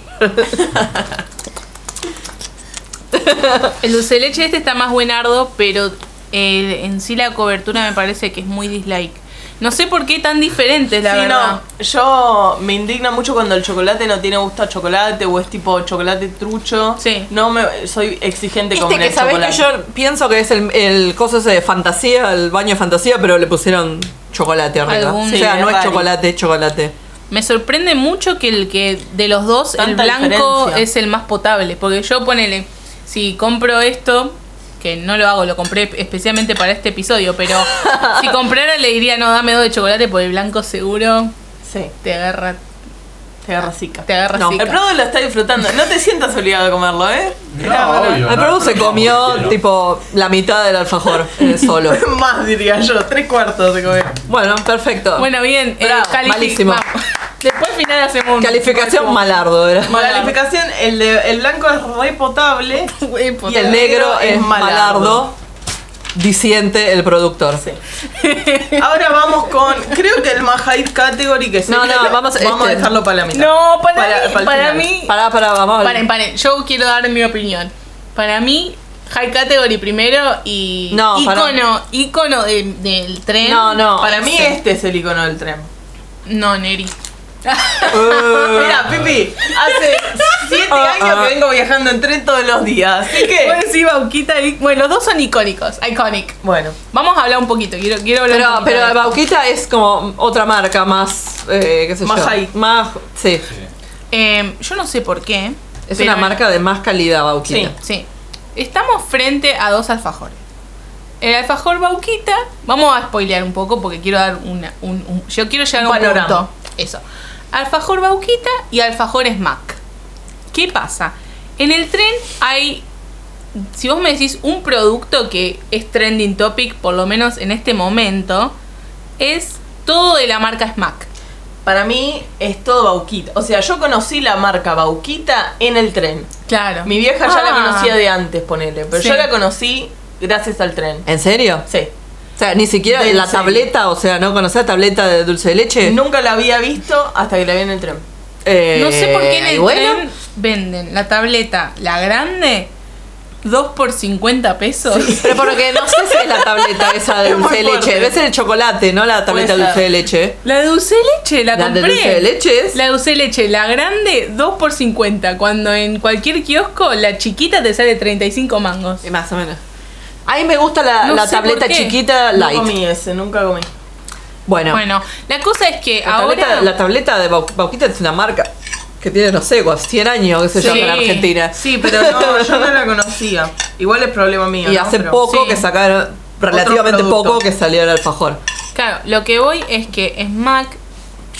C: El dulce de leche de este está más buenardo, pero eh, en sí la cobertura me parece que es muy dislike. No sé por qué tan diferentes, la
B: sí,
C: verdad.
B: no. Yo me indigna mucho cuando el chocolate no tiene gusto a chocolate o es tipo chocolate trucho.
C: Sí.
B: No me soy exigente con
A: Viste que
B: el
A: sabés
B: chocolate.
A: que yo pienso que es el, el coso ese de fantasía, el baño de fantasía, pero le pusieron chocolate arriba.
C: Algún-
A: o sea,
B: Sí,
A: no
B: es
A: es
B: raro.
A: chocolate, es chocolate.
C: Me sorprende mucho que el que de los dos, el
B: Tanta
C: blanco
B: diferencia.
C: es el más potable. Porque yo ponele, si compro esto, que no lo hago, lo compré especialmente para este episodio, pero si comprara le diría, no, dame dos de chocolate, porque el blanco seguro
B: Sí,
C: te agarra,
B: te agarra zica.
C: te agarra
A: No,
C: zica.
B: El Produ lo está disfrutando. No te sientas obligado a comerlo, ¿eh? Era
D: No, obvio.
A: El Perú
D: no,
A: se
D: no,
A: comió
D: quiero.
A: tipo la mitad del alfajor eh, solo.
B: para- Más diría yo, tres cuartos de comer.
A: Bueno, perfecto.
C: Bueno, bien, eh,
A: Bravo,
C: califi-
A: malísimo.
C: vamos. Después al final hacemos un-
A: Calificación malardo era.
B: Bueno, la calificación, el, de- el blanco es re potable.
C: Eh,
A: Y el negro es malardo, disiente el productor.
B: Sí. Ahora vamos con, creo que el más high category que
A: No, no, vamos-
B: vamos
A: este-
B: a dejarlo para la mitad.
C: No, para,
B: Para-
C: mí,
B: para el
C: para
B: final.
C: mí
A: Pará, pará, vamos a
C: Paren, paren, yo quiero dar mi opinión. Para mí, High Category primero y
A: No, para-
C: icono, icono de- del tren.
A: No, no.
B: Para mí este es el icono del tren.
C: No, Neri.
A: Eh,
B: Mira, Pipi, hace 7
A: Ah,
B: años
A: ah.
B: que vengo viajando en tren todos los días. Así
C: Vos
B: que.
C: decís Bauquita y... Bueno, los dos son icónicos, iconic.
B: Bueno,
C: Vamos a hablar un poquito, quiero, quiero hablar
A: Pero,
C: un poquito.
A: pero
C: de-
A: Bauquita es como otra marca más, eh, qué sé
B: Más
A: yo.
B: high.
A: Más, sí.
D: Sí.
C: Eh, yo no sé por qué.
A: Es
C: pero-
A: una marca de más calidad Bauquita.
C: Sí.
B: Sí.
C: Estamos frente a dos alfajores. El alfajor Bauquita, vamos a spoilear un poco porque quiero dar una, un, un- yo quiero llegar a
B: Un
C: un
B: panorama.
C: punto. Eso. Alfajor Bauquita y alfajor Smack. ¿Qué pasa? En el tren hay, si vos me decís un producto que es trending topic, por lo menos en este momento, es todo de la marca Smack.
B: para mí es todo Bauquita. O sea, yo conocí la marca Bauquita en el tren.
C: Claro.
B: Mi vieja ya la
C: Ah.
B: conocía de antes, ponele. Pero
C: Sí.
B: yo la conocí gracias al tren.
A: ¿En serio?
B: Sí.
A: O sea, ni siquiera
B: Del
A: la
B: serio.
A: tableta, o sea, ¿no conocés la tableta de dulce de leche?
B: Nunca la había visto hasta que la vi en el tren.
A: Eh,
C: No sé por qué en
A: y
C: el
A: bueno,
C: tren venden la tableta, la grande, 2 por 50 pesos.
A: Pero porque no sé si es la tableta esa de
B: Es muy
A: dulce de leche.
B: fuerte.
A: Debe ser el chocolate, ¿no? La tableta
B: Puede
A: de dulce
B: ser.
A: de leche.
C: La de dulce de leche, la,
A: La de
C: compré.
A: dulce de leche es-
C: La de dulce de leche, la grande, 2 por 50. Cuando en cualquier kiosco, la chiquita te sale 35 mangos.
A: Y Eh, Más o menos. A mí me gusta la,
C: No
A: la
C: sé
A: tableta
C: por qué.
A: chiquita
B: No
A: light.
B: comí ese, nunca comí.
A: bueno,
C: Bueno, la cosa es que
A: la,
C: ahora.
A: tableta, la tableta de Bau- Bauquita es una marca que tiene, no sé, 100 años, qué sé yo,
C: Sí.
A: en Argentina.
C: Sí,
B: Pero
C: pero
B: no, yo no la conocía. Igual es problema mío.
A: y
B: ¿no?
A: hace
B: Pero-
A: poco
C: sí.
A: que sacaron, relativamente
B: producto.
A: poco que salió el alfajor.
C: Claro, lo que voy es que Smack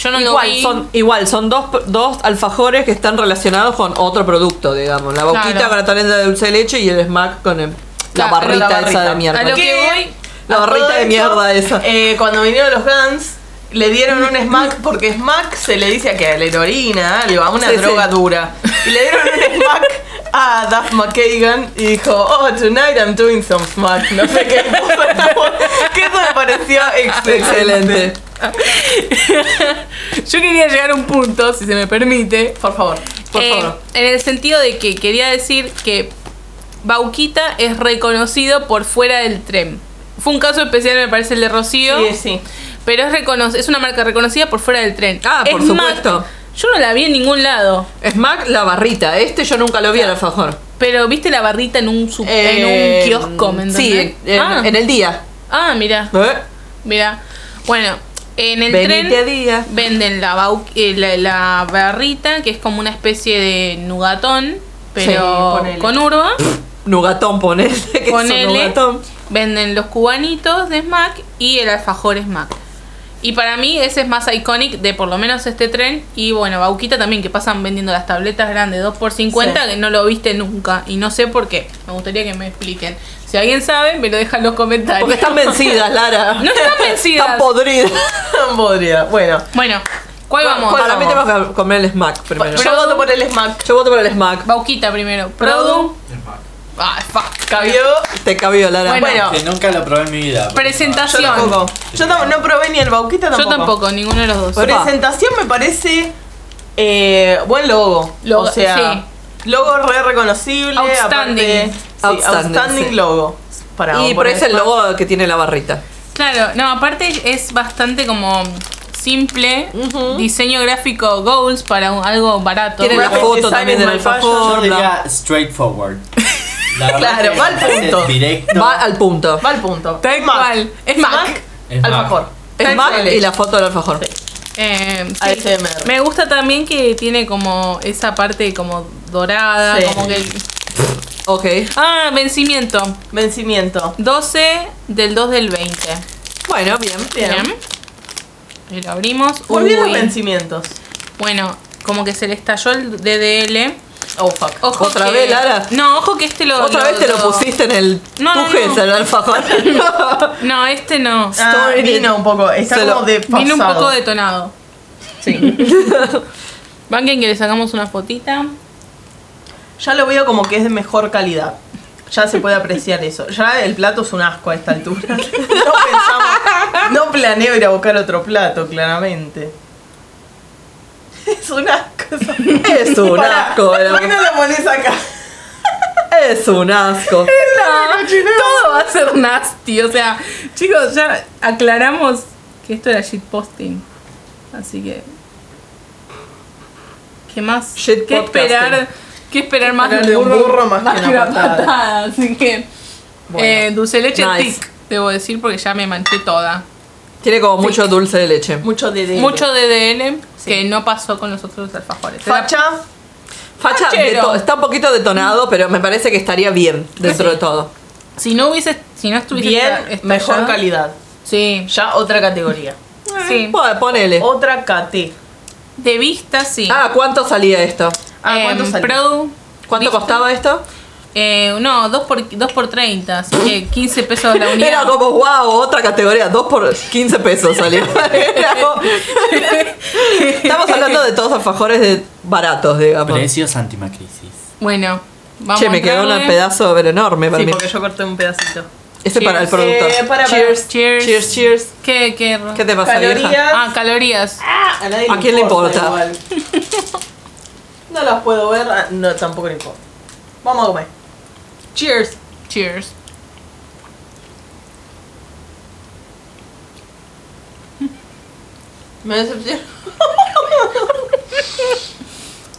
C: Yo no lo
A: Igual
C: vi.
A: son, igual, son dos, dos alfajores que están relacionados con otro producto, digamos. La boquita
C: Claro.
A: con la torrenta de dulce de leche y el smack con el- la,
C: Claro,
A: barrita
B: la barrita.
A: esa de mierda.
C: A lo que voy.
A: La
B: a
A: barrita
B: todo
A: de mierda esa.
B: eh, cuando vinieron los Guns, le dieron un smack, porque smack se le dice a que a la heroína, algo, a una
A: Sí,
B: droga
A: sí.
B: dura. Y le dieron un smack a Duff McKagan y dijo, oh, tonight I'm doing some smack. No sé qué. que eso me pareció
A: Excelente.
C: Yo quería llegar a un punto, si se me permite.
B: Por favor, por
C: Eh,
B: favor.
C: En el sentido de que quería decir que Bauquita es reconocido por fuera del tren. Fue un caso especial, me parece, el de Rocío.
B: Sí, sí.
C: Pero es, recono- es una marca reconocida por fuera del tren.
A: Ah, por
C: Es más,
A: supuesto.
C: Yo no la vi en ningún lado.
A: Smack, la barrita. Este yo nunca lo vi al alfajor.
C: Pero viste la barrita en un, su- en
A: Eh,
C: un kiosco, ¿me entendés?
A: Sí, en,
C: ah,
A: en el día.
C: ah, mira,
A: ¿Eh?
C: mira. Bueno, en el
A: Venite
C: tren
A: a día.
C: venden la, bau- eh, la, la barrita, que es como una especie de nugatón,
B: Sí,
C: pero
B: ponele.
C: con urba.
A: Nugatón, ponele. Que es un
C: Ponele,
A: nugatón.
C: venden los cubanitos de Smack y el alfajor Smack. Y para mí ese es más iconic de por lo menos este tren. Y bueno, Bauquita también, que pasan vendiendo las tabletas grandes 2x50,
B: Sí.
C: que no lo viste nunca. Y no sé por qué. Me gustaría que me expliquen. Si alguien sabe, me lo dejan en los comentarios.
A: Porque están vencidas, Lara.
C: No están vencidas.
A: Están podridas.
B: Tan podrida. Bueno,
C: bueno, ¿cuál
B: ¿Cuál-
C: vamos?
B: cuál
A: Para mí
B: vamos?
A: tenemos que comer el smack primero.
B: yo voto por el smack.
A: Yo voto por el smack.
C: Bauquita primero. Produ.
B: Produ.
C: Ah, fuck.
B: Cabió.
A: Te cabió, Lara.
C: Bueno.
D: Que nunca lo probé en mi vida. pero-
B: Yo
C: Presentación.
B: tampoco. Yo no, no probé ni el bauquita
C: Yo tampoco, ninguno de los dos.
A: Bueno. Opa.
B: Presentación me parece eh, buen logo.
C: Logo,
B: o sea, logo re reconocible.
C: Outstanding.
B: aparte- sí,
A: Outstanding,
B: outstanding,
A: sí.
B: logo. Para
A: y por
B: poner-
A: ahí es el logo que tiene la barrita.
C: Claro, no, aparte es bastante como simple,
B: Ujú.
C: diseño gráfico goals para un- algo barato.
A: Tiene la
B: Graphic
A: foto
B: design
A: también
B: is
A: del
B: my fashion.
A: alfajor.
D: Yo
A: Hola.
D: diría straightforward. La verdad
B: Claro,
D: que
B: va al
D: me parece
B: punto.
D: Directo.
A: Va al punto.
B: Va al punto.
C: Tal
B: Smack.
C: cual. Es Mac.
D: Es Mac.
B: Alfajor.
A: Es Mac y la foto del alfajor.
C: Eh, sí.
B: ASMR.
C: Me gusta también que tiene como esa parte como dorada,
B: Sí.
C: como que... el-
A: Ok.
C: Ah, vencimiento.
B: Vencimiento.
C: 12 del 2 del 20.
A: Bueno, bien.
B: Bien.
C: Bien. Y lo abrimos.
B: Muy bien los
C: Uy.
B: vencimientos.
C: Bueno, como que se le estalló el DDL.
B: Oh, fuck.
C: Ojo
A: ¿Otra
C: que-
A: vez, Lara?
C: No, ojo que este lo...
A: Otra vez te lo pusiste en el
C: No, no,
A: tuje
C: no.
A: del alfajor.
C: No, este no.
B: Ah,
A: Story
B: vino
A: de-
B: un poco. Está
A: Se lo-
B: como de pasado.
C: Viene un poco detonado. Sí. Banquen que le sacamos una fotita.
B: Ya lo veo como que es de mejor calidad. Ya se puede apreciar eso. Ya el plato es un asco a esta altura. No pensamos. No planeo ir a buscar otro plato, claramente. Es un asco. esa-
A: Es un
B: Pará,
A: asco, era-
B: ¿Por qué no lo pones acá?
A: es un asco.
C: Todo va a ser nasty. O sea, chicos, ya aclaramos que esto era shitposting. Así que. ¿Qué más?
A: Shit
C: ¿Qué
A: podcasting.
C: esperar? ¿Qué esperar más
B: esperar de un burro más que una patada?
C: Así que.
B: Bueno.
C: eh, dulce de leche
A: Nice.
C: tic, debo decir, porque ya me manché toda.
A: Tiene como mucho dulce de leche.
B: Mucho de dedo.
C: Mucho DDL que no pasó con los otros alfajores. Era
B: facha.
A: Facha
C: Fachero.
A: deto- está un poquito detonado, pero me parece que estaría bien dentro de todo.
C: Si no hubiese, si no estuviese esta-
B: Bien,
C: esta
B: mejor
C: ya-
B: calidad.
C: Sí,
B: Ya otra categoría.
C: sí.
A: Bueno, ponele.
B: Otra cate.
C: De vista, sí.
A: Ah, ¿cuánto salía esto?
B: Ah,
C: Em,
B: ¿cuánto salió?
C: Produ,
A: ¿Cuánto
C: vista,
A: costaba esto?
C: eh, no, 2 por, dos por 30, así que 15 pesos la unidad.
A: Era como, wow, otra categoría, 2 por 15 pesos salió. Era como- Estamos hablando de todos alfajores de baratos, digamos.
D: Precios antimacrisis.
C: Bueno, vamos
A: Che, me
C: a
A: quedó
C: entrarle.
A: un pedazo pero enorme para
B: Sí,
A: mí.
B: porque yo corté un pedacito.
A: Este es para el
B: Cheers.
A: productor.
B: Eh, para, para.
A: cheers,
C: Cheers.
A: cheers, cheers.
C: ¿Qué, qué, ro-
A: ¿Qué te pasa, vieja?
B: Calorías.
C: Ah, calorías.
B: ¡Ah! ¿A, nadie
A: ¿A quién le importa?
B: igual. no las puedo ver, ah, no, tampoco le importa. Vamos a comer. Cheers.
C: Cheers.
B: Me decepcionó.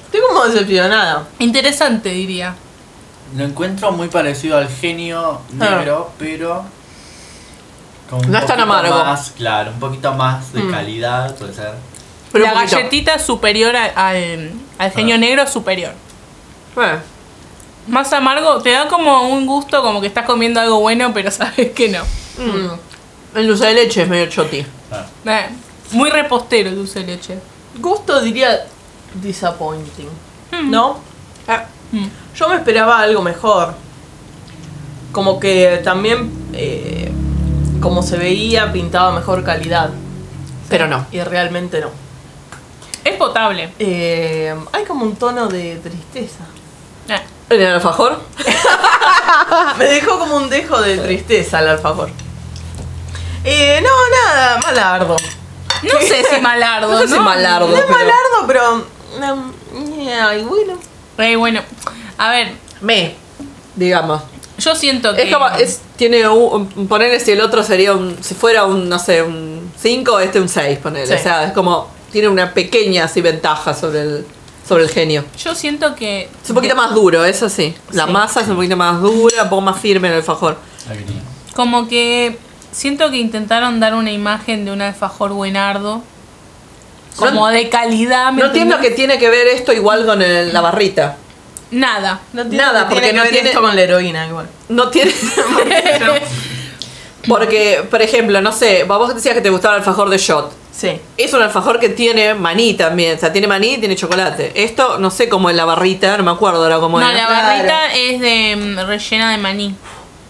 B: Estoy como decepcionada.
C: Interesante, diría.
D: Lo encuentro muy parecido al genio
B: Ah.
D: negro, pero. con un
A: No es tan
D: poquito
A: amargo.
D: Más, claro, un poquito más de calidad, puede ser.
A: Pero
C: la
A: un poquito.
C: galletita superior al, al, al genio
D: Ah.
C: negro superior.
A: Bueno,
C: Más amargo, te da como un gusto como que estás comiendo algo bueno, pero sabes que no.
B: Mm.
D: Ah,
A: el dulce de leche es medio choti.
D: Claro.
C: Eh, Muy repostero el dulce de leche.
B: Gusto diría disappointing,
C: Mm.
B: ¿no? Ah.
C: Mm.
B: Yo me esperaba algo mejor. Como que también, eh, como se veía, pintaba mejor calidad.
A: Pero no.
B: Y realmente no.
C: Es potable.
B: Eh, hay como un tono de tristeza.
C: Ah.
A: ¿En el alfajor?
B: Me dejó como un dejo de tristeza el alfajor. Eh, no, nada, malardo.
C: No sé si malardo,
A: No
C: ¿no?
A: sé si malardo,
B: No es
A: pero-
B: malardo, pero... mm, yeah, y bueno.
C: Eh, bueno, a ver,
B: Me.
A: Digamos.
C: yo siento que.
A: Es como, es, tiene un, un- ponele si el otro sería un, si fuera un, no sé, un 5, este un 6, ponele.
B: Sí.
A: O sea, es como, tiene una pequeña así ventaja sobre el, sobre el genio.
C: Yo siento que.
A: Es un poquito más duro, eso sí. La
C: Sí.
A: masa es un poquito más dura, un poco más firme en el alfajor.
D: La que tenía.
C: Como que. Siento que intentaron dar una imagen de un alfajor buenardo. Como
A: No-
C: de calidad. ¿me
A: No entiendo
C: entendés?
A: que tiene que ver esto igual con el- la barrita.
C: Nada.
B: No tiene,
A: Nada,
B: que
A: porque
B: tiene que
A: no
B: ver
A: tiene-
B: esto con la heroína igual.
A: No tiene... Porque, por ejemplo, no sé, vos decías que te gustaba el alfajor de shot.
B: Sí.
A: Es un alfajor que tiene maní también, o sea, tiene maní y tiene chocolate. Esto no sé cómo es la barrita, no me acuerdo ahora cómo
C: no,
A: era.
C: la
B: claro.
C: barrita es de mm, rellena de maní.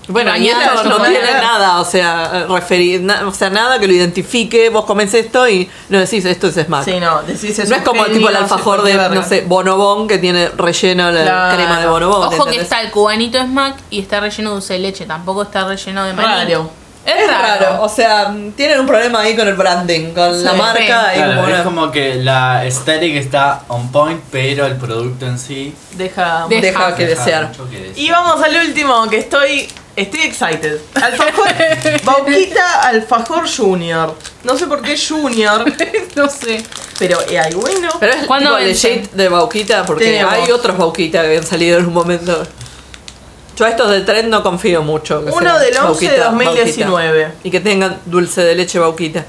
A: Bueno, y
C: Bañada
A: esto
C: de
A: no
C: chocolate.
A: tiene nada, o sea, referir, na- o sea, nada que lo identifique, vos comés esto y no decís esto es smack.
B: Sí, no, decís eso.
A: no es como tipo el alfajor de, no sé, bonobón que tiene relleno la
B: Claro.
A: crema de bonobón.
C: Ojo que
A: ¿entendés?
C: está el cubanito smack y está relleno de dulce de leche. Tampoco está relleno de maní.
B: Raro.
C: Es, raro.
A: o sea, mm, tienen un problema ahí con el branding, con
C: Sí,
A: y
D: Claro,
A: como
D: es
A: una-
D: como que la aesthetic está on point, pero el producto en sí
B: Deja.
C: De-
A: deja que
D: deja
A: desear.
D: mucho que desear.
B: Y vamos al último, que estoy. Estoy excited. Alfajor. Bauquita Alfajor Junior. No sé por qué Junior,
C: no sé.
B: pero eh, ay, bueno.
A: Pero es
C: ¿Cuándo
A: tipo
C: vencen?
A: legit de Bauquita, porque
B: Tenemos.
A: hay otros Bauquita que han salido en un momento. Yo a estos del tren no confío mucho. que
B: Uno
A: sean
B: del 11 de
A: Bauquita,
B: 2019.
A: Bauquita. Y que tengan dulce de leche Bauquita.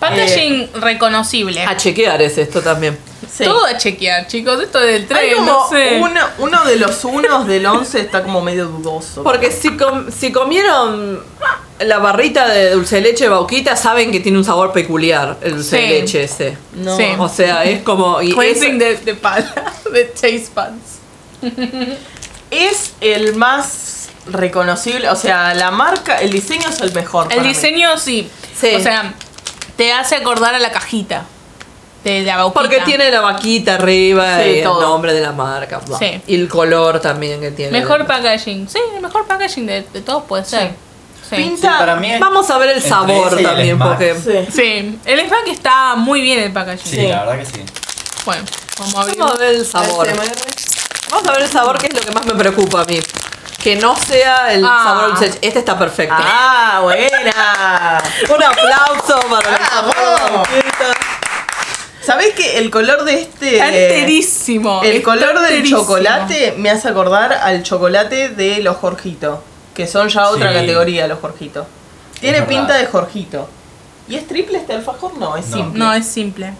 C: Packaging
A: Eh,
C: reconocible.
A: A chequear es esto también.
B: Sí.
C: Todo a chequear, chicos. Esto del tren,
B: Hay como
C: no sé.
B: uno, uno de los unos del 11 está como medio dudoso.
A: Porque si, com- si comieron la barrita de dulce de leche Bauquita, saben que tiene un sabor peculiar el dulce
C: Sí.
A: de leche ese.
B: No.
C: Sí.
A: O sea, es como. y
C: Cleansing
A: es-
C: de, de pala, de taste pads.
B: Es el más reconocible, o sea, la marca, el diseño es el mejor. para
C: El
B: mí.
C: diseño sí.
A: Sí.
C: O sea, te hace acordar a la cajita de la bauquita.
A: Porque tiene la vaquita arriba
B: Sí,
A: y el
B: todo.
A: nombre de la marca. bla.
C: Sí.
A: Y el color también que tiene.
C: Mejor packaging. Sí, el mejor packaging de, de todos puede ser. Sí. Sí.
B: Pinta-
D: Sí, para mí es-
A: Vamos a ver el
D: Entre
A: sabor
D: ese y el
A: también,
D: Smack.
A: porque.
B: Sí.
C: El smack está muy bien el packaging.
D: Sí,
B: Sí.
D: la verdad que sí.
C: Bueno, vamos a abrir.
A: Vamos a ver el sabor.
D: Este,
A: Vamos a ver el sabor, que es lo que más me preocupa a mí. Que no sea el
C: Ah.
A: sabor dulce. de leche. Este está perfecto.
B: Ah, buena.
A: Un aplauso para el sabor.
B: ¿Sabés que el color de
A: eh,
B: este
C: Está enterísimo.
B: el
C: está
B: color del
C: enterísimo.
B: chocolate me hace acordar al chocolate de los Jorgito, que son ya otra
D: Sí.
B: categoría los Jorgito. Tiene
D: verdad.
B: pinta de Jorgito. ¿Y es triple este alfajor? No, es
D: No.
B: simple.
C: No, es simple.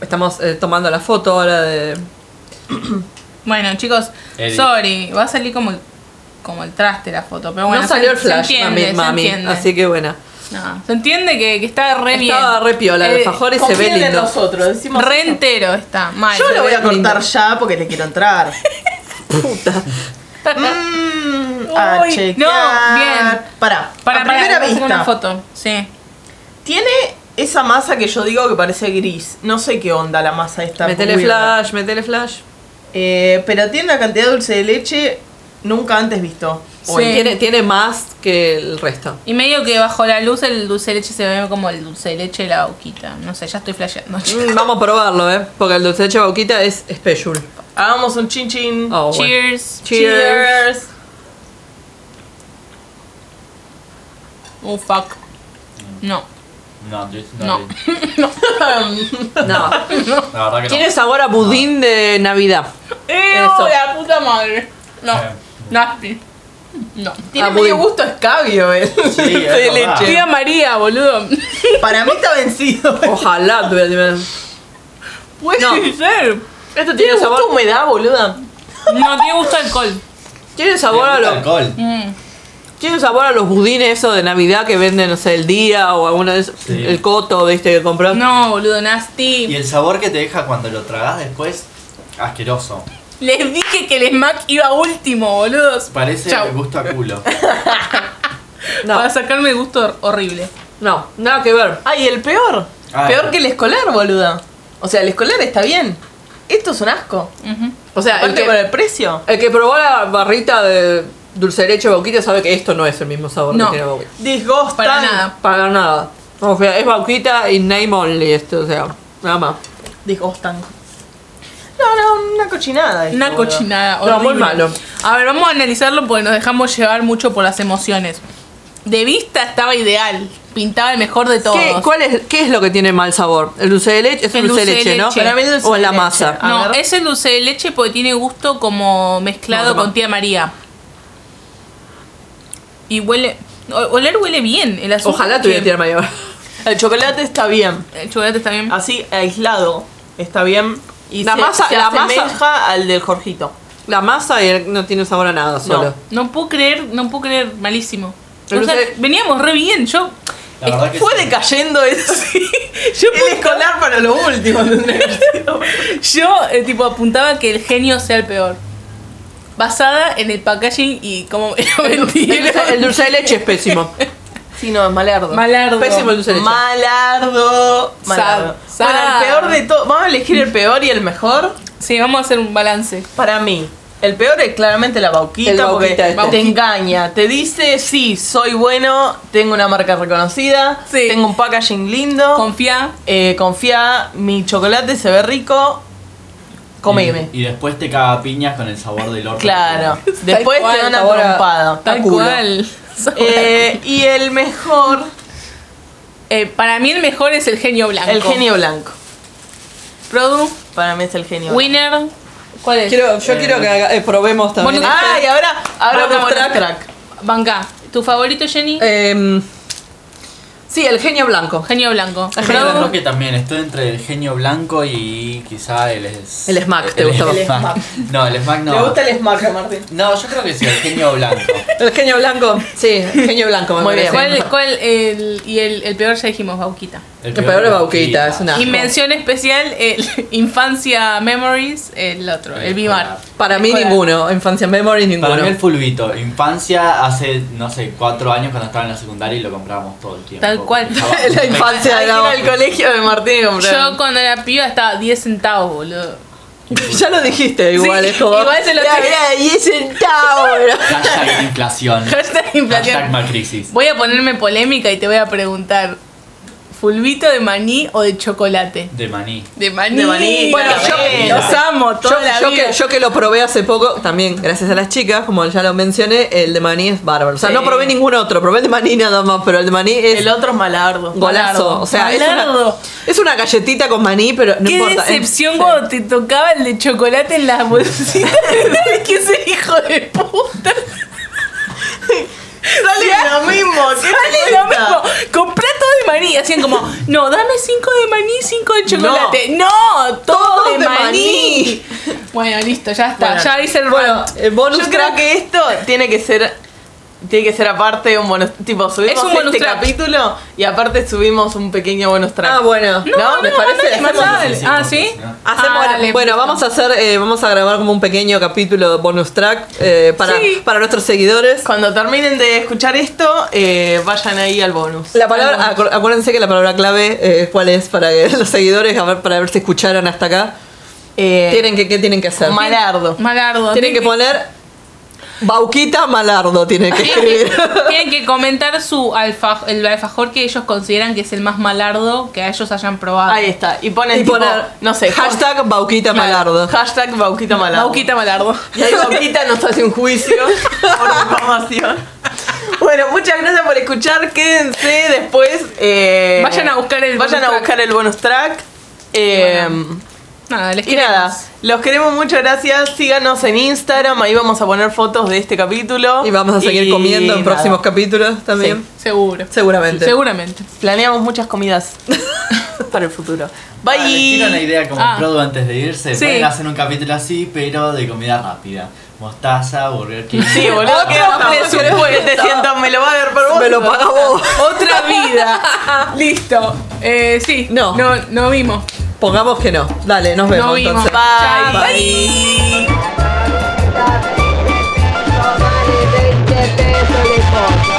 A: Estamos eh, tomando la foto ahora de.
C: Bueno, chicos,
D: Eli.
C: sorry, va a salir como el, como el traste la foto, pero bueno.
A: no salió el
C: se-
A: flash,
C: se entiende,
A: mami.
C: Se
A: mami.
C: entiende,
A: Así que buena.
C: No, se entiende que, que está re bien.
A: Estaba re piola el
C: Eh,
A: alfajor y se ve
B: Confíen en
A: lindo.
B: nosotros, decimos
C: Re
B: eso.
C: entero está, mal.
B: Yo
C: se
B: lo
C: ve
B: voy a
C: lindo.
B: cortar ya porque le quiero entrar. Mm, a
C: Uy,
B: chequear.
C: no, bien.
B: Para,
C: Para,
B: a
C: para,
B: primera
C: vamos a hacer
B: vista.
C: una foto. Sí.
B: Tiene esa masa que yo digo que parece gris. No sé qué onda la masa esta.
A: Metele
B: weird.
A: flash, metele flash.
B: Eh, pero tiene una cantidad de dulce de leche nunca antes visto.
C: Sí.
A: Bueno, tiene, tiene más que el resto.
C: Y medio que bajo la luz el dulce de leche se ve como el dulce de leche de la boquita. No sé, ya estoy flasheando.
A: Mm, Vamos a probarlo, ¿eh? Porque el dulce de leche bauquita es special.
B: Hagamos un chin chin.
A: Oh, bueno.
C: Cheers.
A: Cheers.
C: Oh, fuck. No.
D: No, yo-
C: No.
D: no. yo-
A: No.
D: La verdad que no.
A: Tiene sabor a budín de Navidad. Eso.
C: la puta madre! No.
D: Eh,
C: Nasty. No.
B: Tiene
A: Ah,
B: medio
A: budín.
B: gusto eh. a escabio el dulce
D: es
B: de
D: verdad.
B: leche.
C: Tía María, boludo.
B: Para mí está vencido.
A: Oh. Ojalá tuviera- tuviera-
B: Puede
A: No.
B: ser. Esto
A: Tiene
B: tiene gusto a
A: sabor-
B: humedad, boluda.
C: No tiene gusto a alcohol.
A: Tiene
D: Tiene
A: sabor a
D: mucho
A: lo.
D: alcohol.
C: Mm.
A: Tiene sabor a los budines eso de Navidad que venden, no sé, el día o alguna de esos-
D: Sí.
A: el coto, viste, que compras.
C: No, boludo, nasty.
D: Y el sabor que te deja cuando lo tragas después, asqueroso.
C: Les dije que el smack iba último, boludos.
D: Parece
C: Chau.
D: gusto a culo.
A: no,
C: Para sacarme gusto horrible.
A: no, nada que ver.
B: Ay, el peor.
D: Ah.
B: Peor que el escolar, boluda. O sea, el escolar está bien. Esto es un asco.
C: Ujú.
A: O sea, el
B: Aparte
A: que,
B: por el precio.
A: el que probó la barrita de dulce de leche Bauquita sabe que esto no es el mismo sabor
C: No.
A: que tiene Bauquita.
B: Disgustan.
C: Para nada.
A: Para nada. O sea, es Bauquita y name only esto, o sea, nada más.
B: Disgustan. No, no, una cochinada. esto,
C: Una
B: boluda.
C: cochinada.
A: No,
C: horrible.
A: muy malo.
C: A ver, vamos a analizarlo porque nos dejamos llevar mucho por las emociones. De vista estaba ideal. Pintaba el mejor de todos.
A: ¿Qué, cuál es, ¿Qué es lo que tiene mal sabor? ¿El dulce de leche? Es el
C: El
A: dulce de
C: dulce de
A: leche, ¿no?
C: leche. Ah, Para
B: mí el dulce
A: o en
B: de
A: la
B: leche.
A: masa.
B: A
C: No,
B: ver.
C: es el dulce de leche porque tiene gusto como mezclado
A: No, no.
C: con tía María. Y huele. o- Oler huele bien. El azúcar
A: Ojalá
C: que-
A: tuviera tierra mayor.
B: El chocolate está bien.
C: El chocolate está
A: Ah.
C: bien.
B: Así, aislado. Está bien. Y
A: La
B: se,
A: masa-
B: se
A: la
B: asemeja
A: masa-
B: al del Jorgito.
A: La masa y el- no tiene sabor a nada solo.
C: No puedo creer, no puedo creer, malísimo.
A: El
C: O sea,
A: dulce-
C: veníamos re bien, yo.
D: La verdad que
B: Fue
D: sí.
B: decayendo esto. el escolar para lo último. tendría que haber sido.
C: Yo, eh, tipo, apuntaba que el genio sea el peor. Basada en el packaging y cómo me lo
A: El,
C: vendieron.
A: dulce, el dulce de leche es pésimo.
B: Sí, no, es malardo.
C: Malardo.
A: Pésimo el dulce de leche.
B: Malardo.
C: Sad,
B: Malardo.
C: sad.
B: Bueno, el peor de todo. Vamos a elegir el peor y el mejor.
C: Sí, vamos a hacer un balance.
B: Para mí. El peor es claramente la bauquita,
A: El bauquita
B: porque
A: este.
B: te engaña, te dice, sí, soy bueno, tengo una marca reconocida,
C: Sí.
B: tengo un packaging lindo,
C: Confía.
B: eh, confía, mi chocolate se ve rico, comeme.
D: Y, y después te caga piñas con el sabor del horno.
B: Claro. Después
A: cual,
B: te dan una
A: ahora-
B: trompada.
A: Ta-
C: Tal
A: culo.
C: cual.
B: Eh, y el mejor,
C: Eh, para mí el mejor es el genio blanco.
B: el genio blanco.
C: Produ,
B: Para mí es el genio blanco.
C: winner. ¿Cuál es?
A: Quiero, yo quiero que haga- eh, probemos también.
C: Bueno,
B: Ay, ahora, ahora
C: Bonus
B: bonus
C: track.
B: track.
C: Banca. ¿Tu favorito, Jenny?
A: Em, sí, el genio blanco.
C: Genio blanco.
D: Yo
C: Produ,
D: creo que también estoy entre el genio blanco y quizá el. es-
A: El smack, ¿te gustaba?
D: El smack. No, el smack no.
B: el smack, Martín.
D: No, yo creo que sí, el genio blanco.
A: El genio blanco, sí, el genio blanco me
B: Muy bien.
A: parece.
C: ¿Cuál, cuál el, y el, el peor ya dijimos, Bauquita.
A: El peor es Bauquita, es una-
C: Y mención especial, el Infancia Memories, el otro, el Bimar.
A: Para mí
C: Escolar.
A: ninguno, infancia memories ninguno.
D: Para mí el fulbito, infancia hace, no sé, cuatro años cuando estaba en la secundaria y lo comprábamos todo el tiempo.
C: Tal cual.
D: Estaba-
A: la infancia de
B: Hay que ir al
A: la
B: colegio de Martín y comprar.
C: Yo cuando era piba estaba 10 centavos, boludo.
A: Ya lo dijiste igual,
C: Sí,
A: es como-
C: igual se lo
A: Ya,
C: dije.
A: ya, y ese Tauro.
D: Hashtag inflación.
C: Hashtag
D: Hashtag
C: inflación.
D: malcrisis.
C: Voy a ponerme polémica y te voy a preguntar, ¿fulvito de maní o de chocolate?
D: De maní.
C: De maní.
B: De maní,
C: Bueno,
B: claro.
C: yo
D: Bueno.
C: los amo
A: Yo,
C: toda la
A: yo
C: vida.
A: que, yo que lo probé hace poco, también gracias a las chicas, como ya lo mencioné, el de maní es bárbaro. O sea,
B: Sí.
A: no probé ningún otro, probé el de maní nada más, pero el de maní es
B: El otro es malardo.
A: golazo. O sea, es una,
C: Malardo.
A: es una galletita con maní, pero no
C: Qué
A: importa. es-
C: decepción cuando te tocaba el de chocolate en las bolsitas. ¿Sabes qué es el hijo de puta?
B: Sale lo mismo, ¿qué te
C: Vale lo
B: cuesta?
C: mismo. Comprá todo de maní. Hacían como, no, dame cinco de maní, cinco de chocolate. No, todo,
A: Todo
C: de,
A: de
C: maní.
A: maní.
C: Bueno, listo, ya está.
B: Bueno,
C: ya hice el
A: Bueno, eh,
C: rant.
A: el bonus
B: Yo creo
A: crack
B: que esto tiene que ser tiene que ser aparte un bonus tipo subimos
C: Es un bonus
B: este
C: track.
B: capítulo y aparte subimos un pequeño bonus track.
A: Ah, bueno.
B: No,
A: ¿No? ¿Les
B: no,
A: parece?
C: Dale,
A: Hacemos-
C: mandá, dale.
D: Sí, sí,
C: Ah,
D: sí,
C: ¿sí?
D: sí, ¿no?
A: Hacemos,
C: Ah, dale,
A: bueno,
C: listo.
A: vamos a hacer, eh, vamos a grabar como un pequeño capítulo de bonus track eh, para,
C: Sí.
A: para nuestros seguidores.
B: Cuando terminen de escuchar esto, eh, vayan ahí al bonus.
A: La palabra, acu- acuérdense que la palabra clave, eh, ¿cuál es? Para que los seguidores, a ver, para ver si escucharon hasta acá,
B: Eh,
A: tienen que, ¿qué tienen que hacer?
B: malardo.
C: Malardo.
A: Tienen que poner Bauquita Malardo, tienen que escribir.
C: Tienen que comentar su alfa, el alfajor que ellos consideran que es el más malardo que a ellos hayan probado.
B: Ahí está. Y ponen
A: Ah. y
B: tipo,
A: poner,
B: no sé,
A: hashtag Bauquita
B: Claro,
A: Malardo.
B: Hashtag Bauquita Malardo.
C: Bauquita Malardo.
B: Y ahí Bauquita nos hace un juicio por difamación. Bueno, muchas gracias por escuchar. Quédense después. eh,
C: Vayan a buscar el
B: Vayan
C: bonus
B: a
C: track.
B: buscar el bonus track. Eh,
C: Nada, les
B: y
C: queremos.
B: nada, los queremos mucho, gracias. Síganos en Instagram, ahí vamos a poner fotos de este capítulo.
A: Y vamos a seguir
B: Y
A: comiendo en
B: nada,
A: próximos capítulos también.
C: Seguro.
A: Seguramente.
C: Seguramente.
B: Planeamos muchas comidas para el futuro.
D: Ah,
B: Bye.
D: les tiro una idea como
C: Ah.
D: Produ antes de irse.
C: Sí.
D: Pueden hacer un capítulo así, pero de comida rápida. mostaza, burger king.
B: Sí, boludo,
A: Otro
B: que no
A: presupuesto.
B: 700, me lo va a ver por vos.
A: Me lo paga vos.
C: Otra vida. Listo. Eh, sí.
A: No.
C: No, no vimos.
A: Pongamos que no. Dale, nos vemos
C: No vimos.
A: entonces.
B: Bye.
C: Chao. Bye.
E: Dale 20 pesos de coca.